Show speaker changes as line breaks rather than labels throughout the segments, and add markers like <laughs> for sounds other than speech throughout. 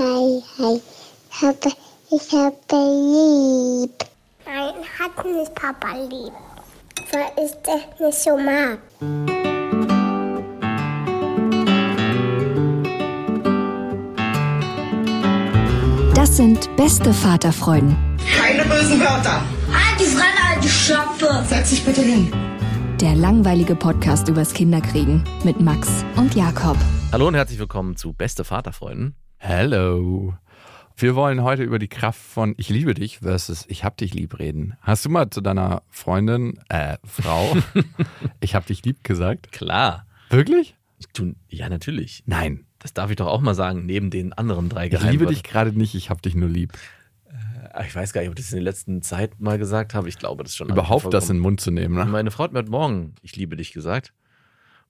Ei. Ich habe, ich habe lieb.
Nein, hat nicht Papa lieb. Weil ich das nicht so mag.
Das sind beste Vaterfreuden.
Keine bösen Wörter.
Alte Fremde, alte Schöpfe.
Setz dich bitte hin.
Der langweilige Podcast übers Kinderkriegen mit Max und Jakob.
Hallo und herzlich willkommen zu Beste Vaterfreunden.
Hello. Wir wollen heute über die Kraft von Ich liebe dich versus Ich hab dich lieb reden. Hast du mal zu deiner Freundin, äh, Frau,
<laughs>
Ich hab dich lieb gesagt?
Klar.
Wirklich?
Du, ja, natürlich.
Nein.
Das darf ich doch auch mal sagen, neben den anderen drei
Ich liebe dich gerade nicht, ich hab dich nur lieb.
Ah, Ich weiß gar nicht, ob ich das in der letzten Zeit mal gesagt habe. Ich glaube, das ist schon.
Überhaupt das in
vorgekommen.
den Mund zu nehmen, ne?
Meine Frau hat mir heute Morgen Ich liebe dich gesagt.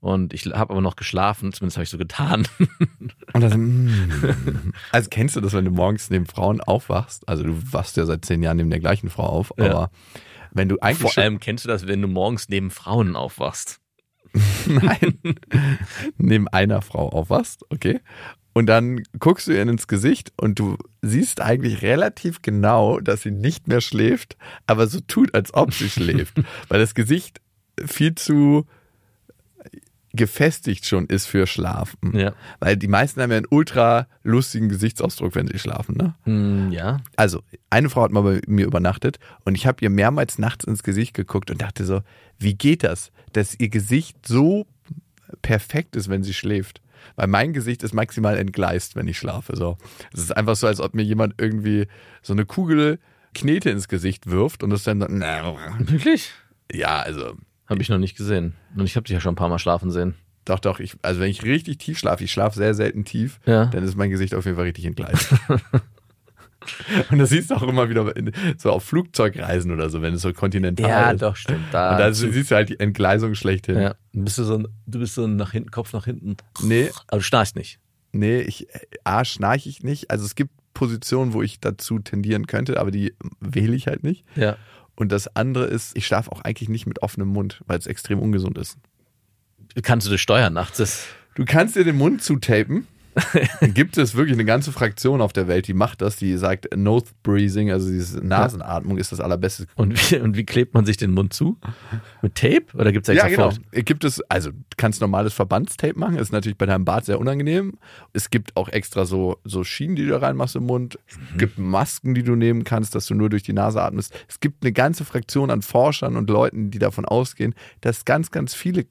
Und ich habe aber noch geschlafen, zumindest habe ich so <laughs> getan.
Und das, mm. Also kennst du das, wenn du morgens neben Frauen aufwachst? Also du wachst ja seit zehn Jahren neben der gleichen Frau auf,
Ja.
aber wenn du eigentlich
Vor
schon-
allem kennst du das, wenn du morgens neben Frauen aufwachst.
Nein. Neben einer Frau aufwachst, okay. Und dann guckst du ihr ins Gesicht und du siehst eigentlich relativ genau, dass sie nicht mehr schläft, aber so tut, als ob sie schläft. Weil das Gesicht viel zu gefestigt schon ist für Schlafen.
Ja.
Weil die meisten haben ja einen ultra lustigen Gesichtsausdruck, wenn sie schlafen, ne?
Hm, ja.
Also, eine Frau hat mal bei mir übernachtet und ich habe ihr mehrmals nachts ins Gesicht geguckt und dachte so, wie geht das, dass ihr Gesicht so perfekt ist, wenn sie schläft? Weil mein Gesicht ist maximal entgleist, wenn ich schlafe. So. Es ist einfach so, als ob mir jemand irgendwie so eine Kugel Knete ins Gesicht wirft und das dann so, <laughs>
Wirklich?
ja, also
Habe ich noch nicht gesehen. Und ich habe dich ja schon ein paar Mal schlafen sehen.
doch, doch, ich, also wenn ich richtig tief schlafe, ich schlafe sehr selten tief,
Ja.
dann ist mein Gesicht auf jeden Fall richtig entgleist. <laughs> Und das siehst du auch immer wieder in, so auf Flugzeugreisen oder so, wenn es so kontinental ist.
stimmt.
Und da siehst du halt die Entgleisung schlechthin.
ja. bist du, so ein, du bist so ein nach hinten, Kopf nach hinten.
Nee.
Aber du schnarchst nicht.
Nee, ich, A, schnarche ich nicht. Also es gibt Positionen, wo ich dazu tendieren könnte, aber die wähle ich halt nicht.
Ja.
Und das andere ist, ich schlafe auch eigentlich nicht mit offenem Mund, weil es extrem ungesund ist.
Kannst du das steuern nachts? Das,
Du kannst dir den
<laughs>
Mund zutapen. Dann gibt es wirklich eine ganze Fraktion auf der Welt, die macht das, die sagt, Nose Breathing, also diese Nasenatmung ist das allerbeste.
und, wie, und wie klebt man sich den Mund zu? Mit Tape? Oder gibt es extra Fort?
genau. Gibt es, also du kannst normales Verbandstape machen, ist natürlich bei deinem Bart sehr unangenehm. Es gibt auch extra so, so Schienen, die du reinmachst im Mund.
Mhm.
Es gibt Masken, die du nehmen kannst, dass du nur durch die Nase atmest. Es gibt eine ganze Fraktion an Forschern und Leuten, die davon ausgehen, dass ganz, ganz viele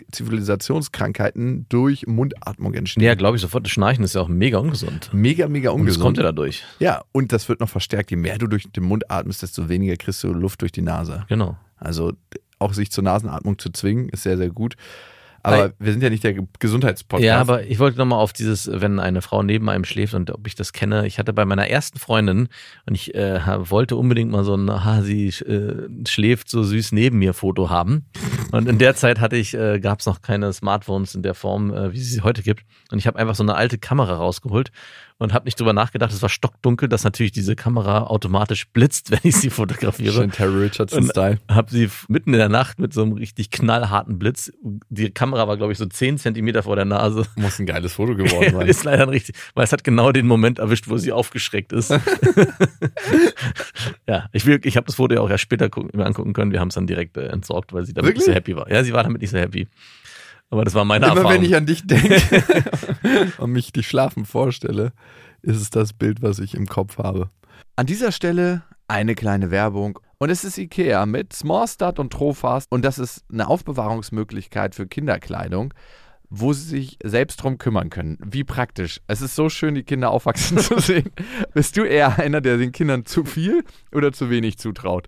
Zivilisationskrankheiten durch Mundatmung entstehen.
Ja, glaube ich sofort. Das Schnarchen ist ja auch mega ungesund.
Mega, mega
Und das
ungesund.
kommt ja dadurch.
Ja, und das wird noch verstärkt. Je mehr du durch den Mund atmest, desto weniger kriegst du Luft durch die Nase.
Genau.
Also d- auch sich zur Nasenatmung zu zwingen, ist sehr, sehr gut. Aber
Ei.
wir sind ja nicht der Ge- Gesundheitspodcast.
Ja, aber ich wollte nochmal auf dieses, wenn eine Frau neben einem schläft und ob ich das kenne. Ich hatte bei meiner ersten Freundin und ich äh, hab- wollte unbedingt mal so ein, aha, sie sch- äh, schläft so süß neben mir Foto haben. Und in der Zeit hatte ich, äh, gab es noch keine Smartphones in der Form, äh, wie es sie heute gibt. Und ich habe einfach so eine alte Kamera rausgeholt und habe nicht drüber nachgedacht. Es war stockdunkel, dass natürlich diese Kamera automatisch blitzt, <laughs> wenn ich sie fotografiere.
Schön Terry Richardson-Style.
Hab sie f- mitten in der Nacht mit so einem richtig knallharten Blitz. Die Kamera war, glaube ich, so 10 Zentimeter vor der Nase.
Muss ein geiles Foto geworden sein.
Ist leider nicht richtig, weil es hat genau den Moment erwischt, wo sie aufgeschreckt <laughs> ist. ja, ich will, ich habe das Foto ja auch erst später gucken, mir angucken können. Wir haben es dann direkt äh, entsorgt, weil sie damit
Wirklich?
nicht so happy war. Ja, sie war damit nicht so happy. Aber das war meine
Immer
Erfahrung.
wenn ich an dich denke
<laughs>
und mich dich schlafen vorstelle, ist es das Bild, was ich im Kopf habe. An dieser Stelle eine kleine Werbung. Und es ist IKEA mit Smallstart und Trofast. Und das ist eine Aufbewahrungsmöglichkeit für Kinderkleidung, wo sie sich selbst drum kümmern können. Wie praktisch. Es ist so schön, die Kinder aufwachsen <laughs> zu sehen. Bist du eher einer, der den Kindern zu viel oder zu wenig zutraut?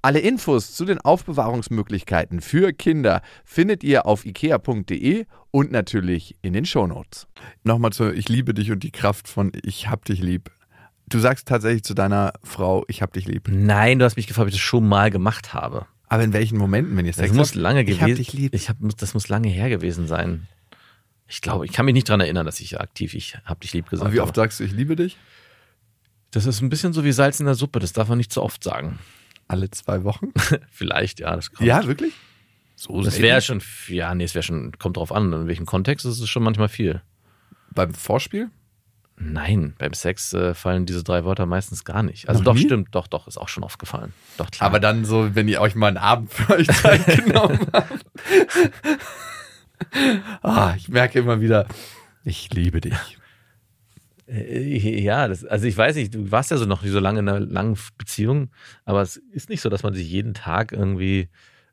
Alle Infos zu den Aufbewahrungsmöglichkeiten für Kinder findet ihr auf ikea.de und natürlich in den Shownotes. Nochmal zu Ich liebe dich und die Kraft von Ich hab dich lieb. Du sagst tatsächlich zu deiner Frau, ich hab dich lieb.
Nein, du hast mich gefragt, ob ich das schon mal gemacht habe.
Aber in welchen Momenten, wenn ihr
Das
Sex
muss
habt?
lange
Ich
gewesen.
hab dich lieb.
Ich hab, das muss lange her gewesen sein. Ich glaube, ich kann mich nicht dran erinnern, dass ich aktiv ich hab dich lieb gesagt
Aber wie oft
habe.
sagst du, ich liebe dich?
Das ist ein bisschen so wie Salz in der Suppe, das darf man nicht zu oft sagen. <laughs>
Alle zwei Wochen?
Vielleicht, ja, das kommt.
<laughs> ja, wirklich? So
Das
selten?
wäre schon, ja, nee, es wäre schon, kommt drauf an, in welchem Kontext ist es schon manchmal viel.
beim Vorspiel?
Nein, beim Sex äh, fallen diese drei Wörter meistens gar nicht. Also
Noch
doch,
nie?
stimmt, doch, doch, ist auch schon aufgefallen. Doch, klar.
Aber dann so, wenn ihr euch mal einen Abend für euch
<laughs>
Zeit genommen habt. ah, ich merke immer wieder, ich liebe dich.
Äh, Ja, das, also ich weiß nicht, du warst ja so noch nie so lange in einer langen Beziehung, aber es ist nicht so, dass man sich jeden Tag irgendwie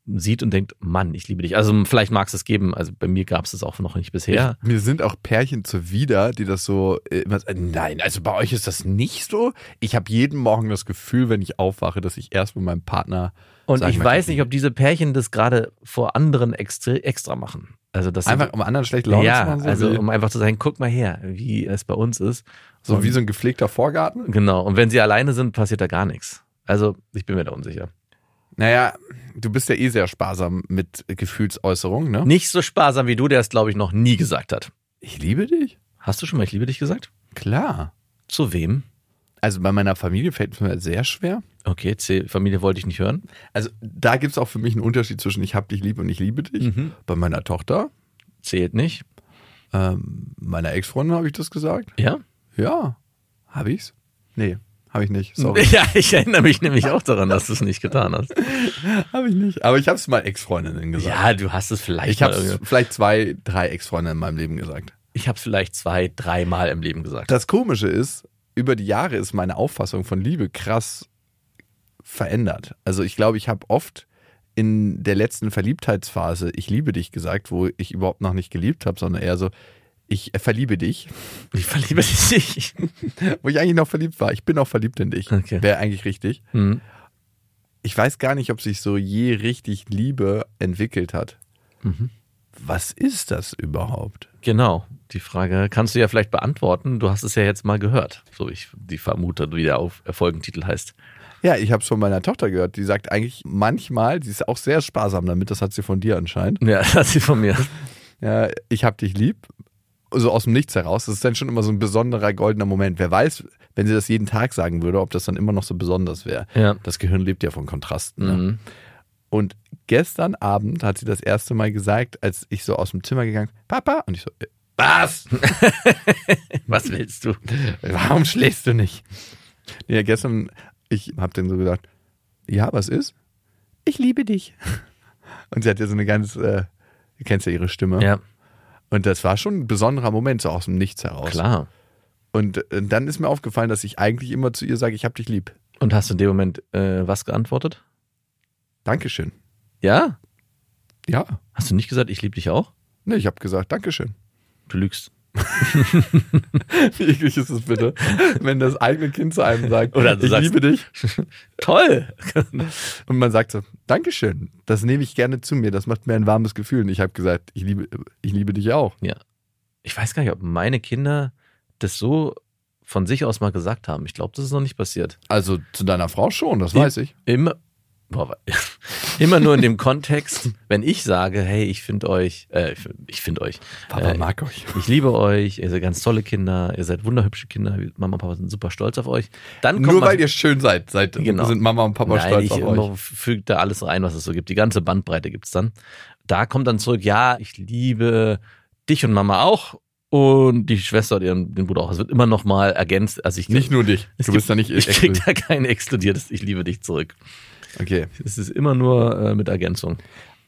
sieht und denkt, Mann, ich liebe dich. Also vielleicht mag es es geben, also bei mir gab es das auch noch nicht bisher.
Mir sind auch Pärchen zuwider, die das so äh, immer sagen, nein, also bei euch ist das nicht so. Ich habe jeden Morgen das Gefühl, wenn ich aufwache, dass ich erst mit meinem Partner
und
sag
ich
mal,
weiß
liebe
nicht, ob
dich.
diese Pärchen das gerade vor anderen extra, extra machen. Also das
einfach um anderen schlecht Laune
ja,
zu machen, so,
also
wie,
um einfach zu sagen, guck mal her, wie es bei uns ist.
so
um
wie so ein gepflegter Vorgarten.
Genau. Und wenn sie alleine sind, passiert da gar nichts. Also ich bin mir da unsicher.
Naja, du bist ja eh sehr sparsam mit Gefühlsäußerungen, ne?
Nicht so sparsam wie du, der es glaube ich noch nie gesagt hat.
Ich liebe dich?
Hast du schon mal ich liebe dich gesagt?
Klar.
Zu wem?
Also bei meiner Familie fällt es mir halt sehr schwer.
Okay, C, Familie wollte ich nicht hören.
Also da gibt es auch für mich einen Unterschied zwischen ich hab dich lieb und ich liebe dich. Bei meiner Tochter,
Zählt nicht.
ähm, meiner Ex-Freundin habe ich das gesagt.
Ja?
Ja, habe ich's? Nee, habe ich nicht. <laughs> Sorry,
<laughs> Ja, ich erinnere mich nämlich auch daran, dass du es nicht getan hast.
habe ich nicht. Aber ich habe es mal Ex-Freundinnen gesagt.
Ja, du hast es vielleicht
ich habe
mal irgendwie-
vielleicht zwei, drei Ex-Freundinnen in meinem Leben gesagt.
Ich habe es vielleicht zwei, dreimal im Leben gesagt.
Das Komische ist, über die Jahre ist meine Auffassung von Liebe krass verändert. Also ich glaube, ich habe oft in der letzten Verliebtheitsphase ich liebe dich gesagt, wo ich überhaupt noch nicht geliebt habe, sondern eher so ich äh, verliebe dich, <laughs>
Ich verliebe dich.
wo ich eigentlich noch verliebt war. Ich bin auch verliebt in dich.
Okay.
Wäre eigentlich richtig.
<laughs> Hm.
Ich weiß gar nicht, ob sich so je richtig Liebe entwickelt hat. Was ist das überhaupt?
Genau. Die Frage kannst du ja vielleicht beantworten. Du hast es ja jetzt mal gehört. So ich die vermute, wie der Auf Folgentitel heißt.
Ja, ich habe es von meiner Tochter gehört. Die sagt eigentlich manchmal, sie ist auch sehr sparsam damit, das hat sie von dir anscheinend.
Ja, <laughs> das hat sie von mir.
ja, ich hab dich lieb, so aus dem Nichts heraus. Das ist dann schon immer so ein besonderer goldener Moment. Wer weiß, wenn sie das jeden Tag sagen würde, ob das dann immer noch so besonders wäre.
Ja.
Das Gehirn lebt ja von Kontrasten. Ne?
Mhm.
Und gestern Abend hat sie das erste Mal gesagt, als ich so aus dem Zimmer gegangen bin, Papa, und ich so, äh, was?
Was willst du?
Warum schläfst du nicht? Ja, gestern, ich hab dann so gesagt, ja, was ist? Ich liebe dich. <laughs> Und sie hat ja so eine ganz, äh, du kennst ja ihre Stimme.
Ja,
Und das war schon ein besonderer Moment, so aus dem Nichts heraus.
klar.
Und äh, dann ist mir aufgefallen, dass ich eigentlich immer zu ihr sage, ich hab dich lieb.
Und hast du in dem Moment äh, was geantwortet?
Dankeschön.
Ja?
Ja.
Hast du nicht gesagt, ich liebe dich auch?
Ne, ich habe gesagt, Dankeschön. <laughs>
Du lügst. <laughs>
Wie eklig ist es bitte, wenn das eigene Kind zu einem sagt,
Oder du
ich
sagst-
liebe dich.
Toll!
Und man sagt so, Dankeschön. Das nehme ich gerne zu mir. Das macht mir ein warmes Gefühl. Und ich habe gesagt, ich liebe, ich liebe dich auch.
Ich weiß gar nicht, ob meine Kinder das so von sich aus mal gesagt haben. Ich glaube, das ist noch nicht passiert.
Also zu deiner Frau schon, das
Ja.
weiß ich.
Immer, boah, wa- <laughs> immer nur in dem Kontext, wenn ich sage, hey, ich finde euch, äh, ich find- ich finde euch,
Papa
Äh,
mag euch.
ich liebe euch, ihr seid ganz tolle Kinder, ihr seid wunderhübsche Kinder, Mama und Papa sind super stolz auf euch. Dann kommt
Nur
man-
weil ihr schön seid, seid
Genau.
sind Mama und Papa
Nein,
stolz
ich
auf euch.
fügt da alles rein, was es so gibt. Die ganze Bandbreite gibt's dann. Da kommt dann zurück, ja, ich liebe dich und Mama auch und die Schwester und ihren, den Bruder auch. Es wird immer noch mal ergänzt. Also ich
Nicht nur dich.
es
Du
gibt-
bist da nicht
Ich krieg
exklusiv.
da kein explodiertes Ich liebe dich zurück.
Okay.
Es ist immer nur äh, mit Ergänzung.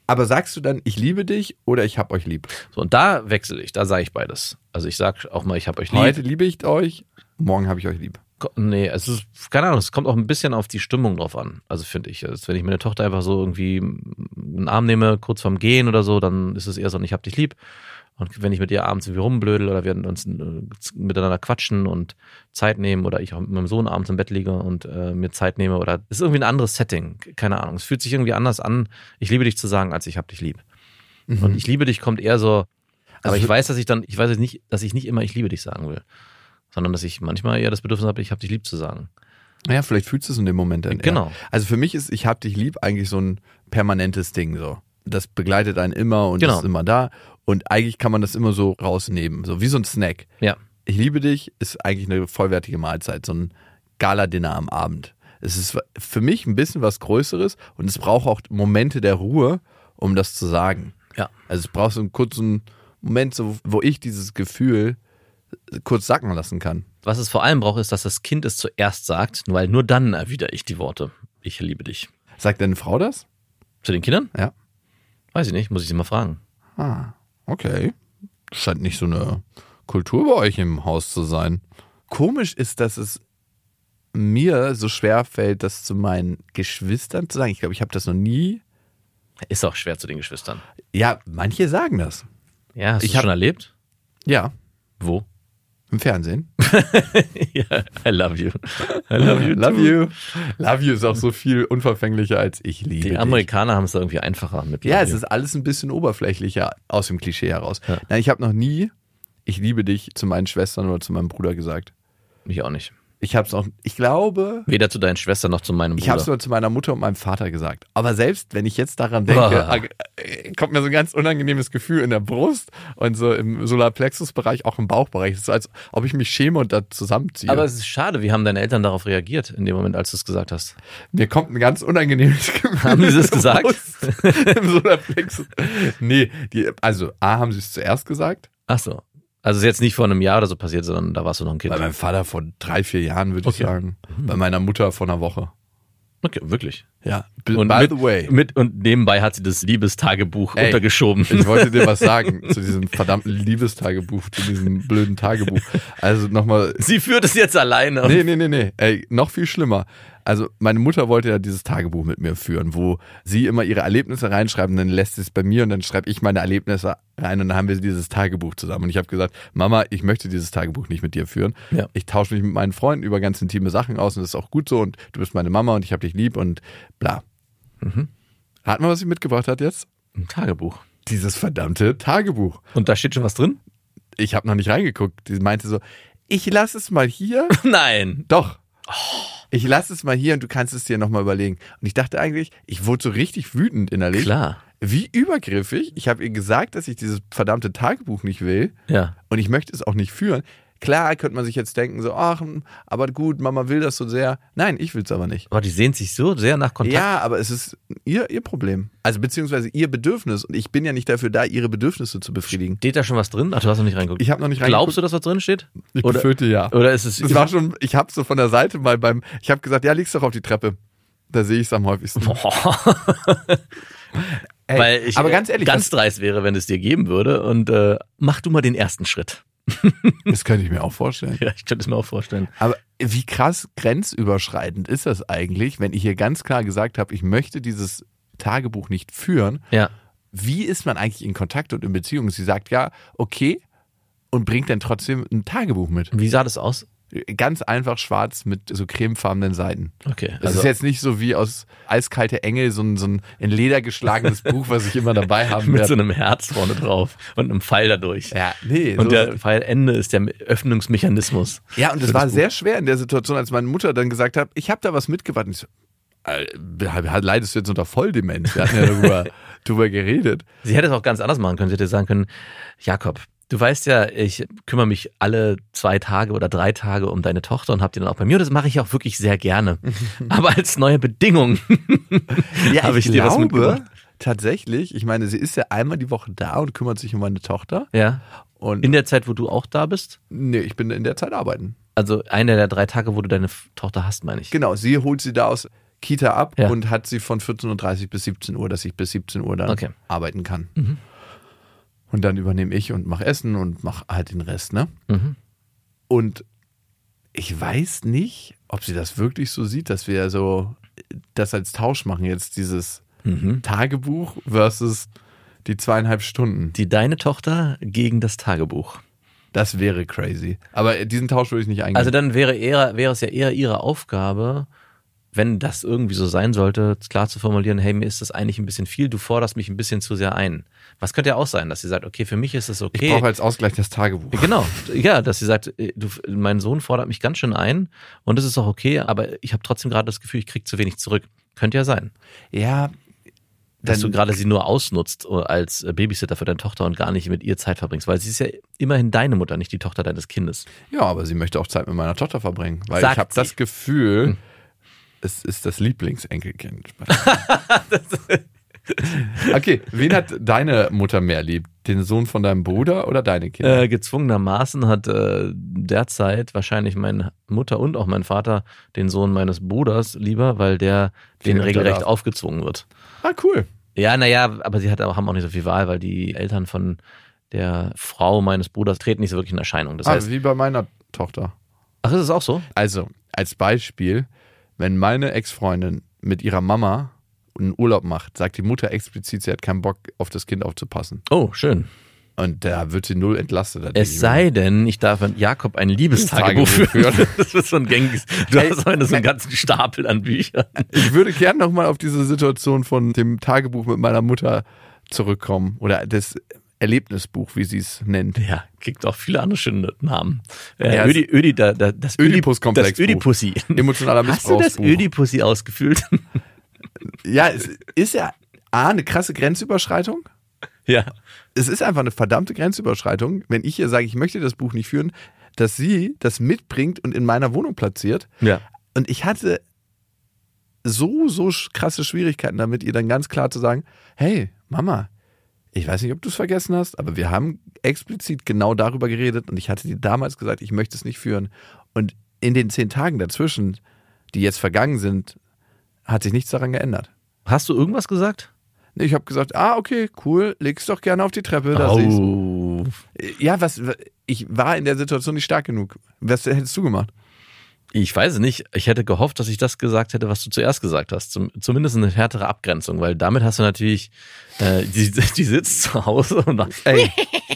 Aber sagst du dann, ich liebe dich oder ich hab euch lieb?
So, und da wechsle ich, da sage ich beides. Also ich sage auch mal, ich habe euch lieb.
Heute liebe ich euch, morgen habe ich euch lieb.
Ko- Nee, es ist, keine Ahnung, es kommt auch ein bisschen auf die Stimmung drauf an. Also finde ich. Also wenn ich meine Tochter einfach so irgendwie einen Arm nehme, kurz vorm Gehen oder so, dann ist es eher so ein Ich hab dich lieb. Und wenn ich mit ihr abends irgendwie rumblödel oder wir uns äh, z- miteinander quatschen und Zeit nehmen oder ich auch mit meinem Sohn abends im Bett liege und äh, mir Zeit nehme oder es ist irgendwie ein anderes Setting. Keine Ahnung. Es fühlt sich irgendwie anders an, ich liebe dich zu sagen, als ich hab dich lieb. Und ich liebe dich kommt eher so, aber
Mhm. Also-
ich weiß, dass ich dann, ich weiß jetzt nicht, dass ich nicht immer ich liebe dich sagen will, sondern dass ich manchmal eher das Bedürfnis habe, ich hab dich lieb zu sagen.
Ja, vielleicht fühlst du es in dem Moment dann. eher.
Genau.
Also für mich ist, ich hab dich lieb, eigentlich so ein permanentes Ding so. Das begleitet einen immer und
Genau.
ist immer da. Und eigentlich kann man das immer so rausnehmen, so wie so ein Snack.
Ja.
Ich liebe dich ist eigentlich eine vollwertige Mahlzeit, so ein Gala-Dinner am Abend. Es ist für mich ein bisschen was Größeres und es braucht auch Momente der Ruhe, um das zu sagen.
Ja.
Also es braucht so einen kurzen Moment, so, wo ich dieses Gefühl kurz sacken lassen kann.
Was es vor allem braucht, ist, dass das Kind es zuerst sagt, weil nur dann erwidere ich die Worte. Ich liebe dich.
Sagt deine Frau das?
Zu den Kindern?
Ja.
Weiß ich nicht, muss ich sie mal fragen.
Ah, okay. Das scheint nicht so eine Kultur bei euch im Haus zu sein. Komisch ist, dass es mir so schwer fällt, das zu meinen Geschwistern zu sagen. Ich glaube, ich habe das noch nie.
Ist auch schwer zu den Geschwistern.
Ja, manche sagen das.
Ja, hast
Ich
du
hab-
schon erlebt?
Ja, <laughs>
Wo?
im Fernsehen.
ja, I love you. I love you.
<laughs> Love
too.
you. Love you ist auch so viel unverfänglicher als ich liebe.
Die
dich.
Amerikaner haben es da irgendwie einfacher mit.
Ja,
Love
es
you.
ist alles ein bisschen oberflächlicher aus dem Klischee heraus. Nein, ich habe noch nie, ich liebe dich zu meinen Schwestern oder zu meinem Bruder gesagt.
Mich auch nicht.
Ich habe es auch, ich glaube,
Weder zu deinen Schwestern noch zu meinem Bruder.
Ich habe es nur zu meiner Mutter und meinem Vater gesagt. Aber selbst wenn ich jetzt daran denke,
Ah. <laughs>
äh, kommt mir so ein ganz unangenehmes Gefühl in der Brust und so im Solarplexus-Bereich, auch im Bauchbereich. Es ist, als ob ich mich schäme und da zusammenziehe.
Aber es ist schade, wie haben deine Eltern darauf reagiert in dem Moment, als du es gesagt hast?
mir kommt ein ganz unangenehmes Gefühl.
Haben die
in
das
der
gesagt?
Brust, <laughs> Im Solarplexus. Nee, die, also A, haben sie es zuerst gesagt.
Ach so. Also es ist jetzt nicht vor einem Jahr oder so passiert, sondern da warst du noch ein Kind.
Bei meinem Vater vor drei, vier Jahren, würde
Okay. Mhm.
ich sagen. Bei meiner Mutter vor einer Woche.
Okay, wirklich.
Ja. By
mit,
the way.
Mit, und nebenbei hat sie das Liebestagebuch
Ey,
untergeschoben.
Ich wollte dir was sagen zu diesem verdammten Liebestagebuch, zu diesem blöden Tagebuch. Also nochmal.
<laughs> sie führt es jetzt alleine.
Nee, nee, nee, nee. Ey, noch viel schlimmer. Also, meine Mutter wollte ja dieses Tagebuch mit mir führen, wo sie immer ihre Erlebnisse reinschreibt und dann lässt sie es bei mir und dann schreibe ich meine Erlebnisse rein und dann haben wir dieses Tagebuch zusammen. Und ich habe gesagt, Mama, ich möchte dieses Tagebuch nicht mit dir führen.
Ja.
Ich tausche mich mit meinen Freunden über ganz intime Sachen aus und das ist auch gut so und du bist meine Mama und ich habe dich lieb und bla. Raten wir, was sie mitgebracht hat jetzt?
Ein Tagebuch.
Dieses verdammte Tagebuch
Und da steht schon was drin? <laughs>
ich habe noch nicht reingeguckt. Die meinte so, ich lasse es mal hier.
Nein.
Doch. Ich lasse es mal hier und du kannst es dir nochmal überlegen. Und ich dachte eigentlich, ich wurde so richtig wütend innerlich.
Klar.
Wie übergriffig. Ich habe ihr gesagt, dass ich dieses verdammte Tagebuch nicht will
Ja.
und ich möchte es auch nicht führen. Klar könnte man sich jetzt denken, so, ach, hm, aber gut, Mama will das so sehr. Nein, ich will es aber nicht.
Aber die sehnt sich so sehr nach Kontakt.
Ja, aber es ist ihr, ihr Problem. Also beziehungsweise ihr Bedürfnis. Und ich bin ja nicht dafür da, ihre Bedürfnisse zu befriedigen.
Steht da schon was drin? Ach, du hast noch nicht reingeguckt.
Ich habe noch nicht
Glaubst du, dass was drin steht? oder, Äh,
ja.
oder ist es. <laughs>
Es war schon, ich habe so von der Seite mal beim, ich habe gesagt, ja, leg's doch auf die Treppe. Da sehe ich es am häufigsten. Ey,
Oh. Weil ich
aber
äh,
ganz ehrlich,
ganz dreist wäre, wenn es dir geben würde. Und äh, mach du mal den ersten Schritt. <laughs>
das, das könnte ich mir auch vorstellen.
Ja, ich könnte es mir auch vorstellen.
Aber wie krass grenzüberschreitend ist das eigentlich, wenn ich hier ganz klar gesagt habe, ich möchte dieses Tagebuch nicht führen.
Ja.
Wie ist man eigentlich in Kontakt und in Beziehung? Sie sagt ja, okay, und bringt dann trotzdem ein Tagebuch mit.
Wie sah das aus?
Ganz einfach schwarz mit so cremefarbenen Seiten.
Okay. also
Es ist jetzt nicht so wie aus Eiskalte Engel so ein, so ein in Leder geschlagenes Buch, was ich immer dabei
<laughs>
haben
mit so
werde.
einem Herz vorne drauf und einem Pfeil dadurch.
Ja, nee.
Und
so
der Pfeilende ist der Öffnungsmechanismus.
ja, und es
für
war
das Buch.
sehr schwer in der Situation, als meine Mutter dann gesagt hat, ich habe da was mitgebracht. Und ich so, äh, leidest du jetzt unter Volldemenz? Wir hatten
<laughs>
ja darüber, darüber geredet.
Sie hätte es auch ganz anders machen können. Sie hätte sagen können, Jakob, du weißt ja, ich kümmere mich alle zwei Tage oder drei Tage um deine Tochter und hab die dann auch bei mir. Und das mache ich auch wirklich sehr gerne. Aber als neue Bedingung <laughs> habe ich, dir was mitgebracht.
tatsächlich, ich meine, sie ist ja einmal die Woche da und kümmert sich um meine Tochter.
Ja.
Und
In der Zeit, wo du auch da bist,
nee, ich bin in der Zeit arbeiten.
also einer der drei Tage, wo du deine F- Tochter hast, meine ich.
Genau, sie holt sie da aus Kita ab
Ja.
und hat sie von 14.30 Uhr bis 17 Uhr, dass ich bis 17 Uhr dann
Okay. Mhm.
arbeiten kann. Und
Mhm.
dann übernehme ich und mache Essen und mache halt den Rest, ne? Und ich weiß nicht, ob sie das wirklich so sieht, dass wir so das als Tausch machen, jetzt dieses
Mhm.
Tagebuch versus die zweieinhalb Stunden.
Die deine Tochter gegen das Tagebuch.
Das wäre crazy. Aber diesen Tausch würde ich nicht eingehen.
Also dann wäre eher, wäre es ja eher ihre Aufgabe, wenn das irgendwie so sein sollte, klar zu formulieren, hey, mir ist das eigentlich ein bisschen viel, du forderst mich ein bisschen zu sehr ein. Was könnte ja auch sein, dass sie sagt, okay, für mich ist es
ich halt
okay.
brauche als Ausgleich das Tagebuch.
Genau, ja, dass sie sagt, äh, du, mein Sohn fordert mich ganz schön ein und es ist auch okay, aber ich habe trotzdem gerade das Gefühl, ich krieg zu wenig zurück. Könnte ja sein,
Ja,
dass
Dann-
du gerade sie nur ausnutzt äh, als äh, Babysitter für deine Tochter und gar nicht mit ihr Zeit verbringst, weil sie ist ja immerhin deine Mutter, nicht die Tochter deines Kindes.
ja, aber sie möchte auch Zeit mit meiner Tochter verbringen, weil
Sagt
ich habe
sie. Hm.
das Gefühl, es ist
<laughs>
das Lieblingsenkelkind. okay, wen hat deine Mutter mehr lieb? Den Sohn von deinem Bruder oder deine Kinder?
Äh, gezwungenermaßen hat äh, derzeit wahrscheinlich meine Mutter und auch mein Vater den Sohn meines Bruders lieber, weil der
Den
den regelrecht
unterdarf.
aufgezwungen wird.
ah, cool.
Ja, naja, aber sie hat, auch- haben auch nicht so viel Wahl, weil die Eltern von der Frau meines Bruders treten nicht so wirklich in Erscheinung. Das
ah,
heißt,
wie bei meiner Tochter.
ach, ist es auch so?
Also, als Beispiel, wenn meine Ex-Freundin mit ihrer Mama einen Urlaub macht, sagt die Mutter explizit, sie hat keinen Bock, auf das Kind aufzupassen.
Oh, schön.
Und da wird sie null entlastet. da denke ich
Es
mir.
sei denn, ich darf mit Jakob ein Liebestagebuch
Tagebuch
führen.
führen.
<laughs> Das ist so ein gängiges. Du
Ey,
hast heute so einen ganzen Stapel an Büchern.
Ich würde gern nochmal auf diese Situation von dem Tagebuch mit meiner Mutter zurückkommen. Oder das Erlebnisbuch, wie sie es nennt.
Ja, kriegt auch viele andere schöne Namen. Äh,
Ja,
Ödi, Ödi, da, da, das Ödi-
Ödipus-Komplex.
Das Ödipussi.
Emotionaler
Hast du das
Missbrauchsbuch.
Ödipussi ausgefüllt?
Ja, es ist ja A, eine krasse Grenzüberschreitung.
ja.
Es ist einfach eine verdammte Grenzüberschreitung, wenn ich hier sage, ich möchte das Buch nicht führen, dass sie das mitbringt und in meiner Wohnung platziert.
Ja.
Und ich hatte so, so sch- krasse Schwierigkeiten damit, ihr dann ganz klar zu sagen, hey, Mama, ich weiß nicht, ob du es vergessen hast, aber wir haben explizit genau darüber geredet und ich hatte dir damals gesagt, ich möchte es nicht führen. Und in den zehn Tagen dazwischen, die jetzt vergangen sind, hat sich nichts daran geändert.
Hast du irgendwas gesagt?
Nee, Ich habe gesagt, ah, okay, cool, leg's doch gerne auf die Treppe. Da siehst du. Ja, was, ich war in der Situation nicht stark genug. Was hättest du gemacht?
Ich weiß es nicht. Ich hätte gehofft, dass ich das gesagt hätte, was du zuerst gesagt hast. Zum, zumindest eine härtere Abgrenzung, weil damit hast du natürlich, äh, die, <laughs> die sitzt zu Hause und macht,
Ey,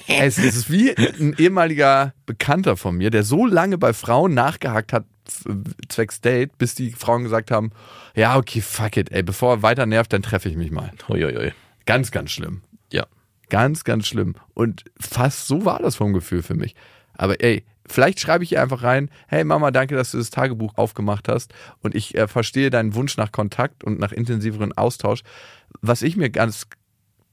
es ist wie ein ehemaliger Bekannter von mir, der so lange bei Frauen nachgehakt hat, f- zwecks Date, bis die Frauen gesagt haben, ja, okay, fuck it, ey, bevor er weiter nervt, dann treffe ich mich mal.
oi, oi, oi.
Ganz, ganz schlimm.
Ja.
Ganz, ganz schlimm. Und fast so war das vom Gefühl für mich. Aber ey, vielleicht schreibe ich ihr einfach rein, hey Mama, danke, dass du das Tagebuch aufgemacht hast und ich äh, verstehe deinen Wunsch nach Kontakt und nach intensiveren Austausch. Was ich mir ganz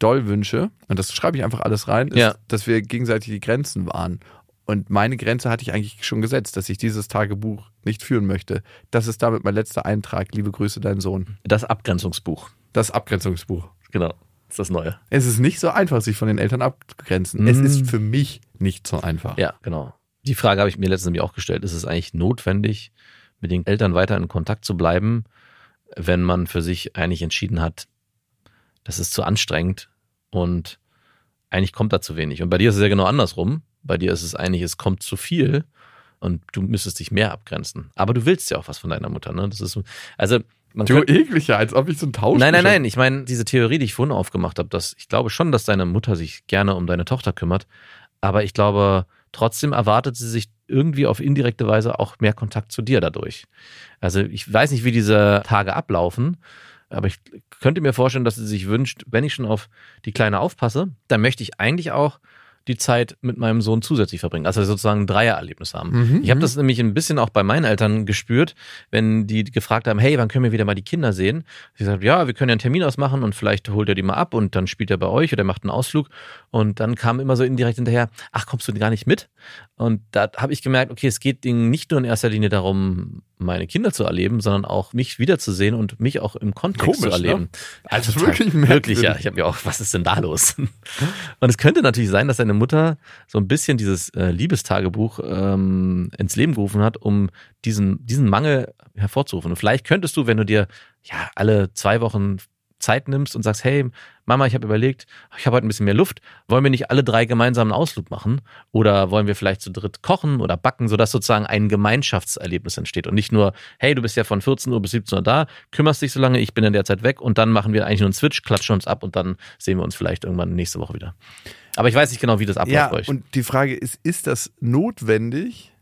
doll wünsche, und das schreibe ich einfach alles rein, ist,
Ja.
dass wir gegenseitig die Grenzen wahren. Und meine Grenze hatte ich eigentlich schon gesetzt, dass ich dieses Tagebuch nicht führen möchte. Das ist damit mein letzter Eintrag. Liebe Grüße, dein Sohn.
Das Abgrenzungsbuch.
Das Abgrenzungsbuch.
Genau. Das ist das Neue.
Es ist nicht so einfach, sich von den Eltern abzugrenzen. Es ist für mich nicht so einfach.
Ja, genau. Die Frage habe ich mir letztens nämlich auch gestellt. Ist es eigentlich notwendig, mit den Eltern weiter in Kontakt zu bleiben, wenn man für sich eigentlich entschieden hat, das ist zu anstrengend und eigentlich kommt da zu wenig. Und bei dir ist es ja genau andersrum. Bei dir ist es eigentlich, es kommt zu viel und du müsstest dich mehr abgrenzen. Aber du willst ja auch was von deiner Mutter, ne? Das ist, also, man
Du
könnte-
ekliger, als ob ich so ein Tausch.
Nein, nein, nein. Ich meine, diese Theorie, die ich vorhin aufgemacht habe, dass ich glaube schon, dass deine Mutter sich gerne um deine Tochter kümmert, aber ich glaube, trotzdem erwartet sie sich irgendwie auf indirekte Weise auch mehr Kontakt zu dir dadurch. Also ich weiß nicht, wie diese Tage ablaufen, aber ich könnte mir vorstellen, dass sie sich wünscht, wenn ich schon auf die Kleine aufpasse, dann möchte ich eigentlich auch die Zeit mit meinem Sohn zusätzlich verbringen. Also sozusagen ein Dreiererlebnis haben.
Mhm,
ich habe das nämlich ein bisschen auch bei meinen Eltern gespürt, wenn die gefragt haben, hey, wann können wir wieder mal die Kinder sehen? Sie sagt, ja, wir können ja einen Termin ausmachen und vielleicht holt er die mal ab und dann spielt er bei euch oder macht einen Ausflug. Und dann kam immer so indirekt hinterher, ach, kommst du gar nicht mit? Und da habe ich gemerkt, okay, es geht ihnen nicht nur in erster Linie darum, meine Kinder zu erleben, sondern auch mich wiederzusehen und mich auch im Kontext zu
Komisch, ne?
erleben.
Also
Total.
wirklich
Wirklich,
merkwürdig.
ja. Ich habe mir auch, was ist denn da los? <laughs> Und es könnte natürlich sein, dass deine Mutter so ein bisschen dieses äh, Liebestagebuch ähm, ins Leben gerufen hat, um diesen, diesen Mangel hervorzurufen. Und vielleicht könntest du, wenn du dir ja alle zwei Wochen Zeit nimmst und sagst, hey, Mama, ich habe überlegt, ich habe heute ein bisschen mehr Luft, wollen wir nicht alle drei gemeinsam einen Ausflug machen? Oder wollen wir vielleicht zu dritt kochen oder backen, sodass sozusagen ein Gemeinschaftserlebnis entsteht und nicht nur, hey, du bist ja von 14 Uhr bis 17 Uhr da, kümmerst dich so lange, ich bin in der Zeit weg und dann machen wir eigentlich nur einen Switch, klatschen uns ab und dann sehen wir uns vielleicht irgendwann nächste Woche wieder. Aber ich weiß nicht genau, wie das abläuft
Ja,
bei euch.
und die Frage ist, ist das notwendig?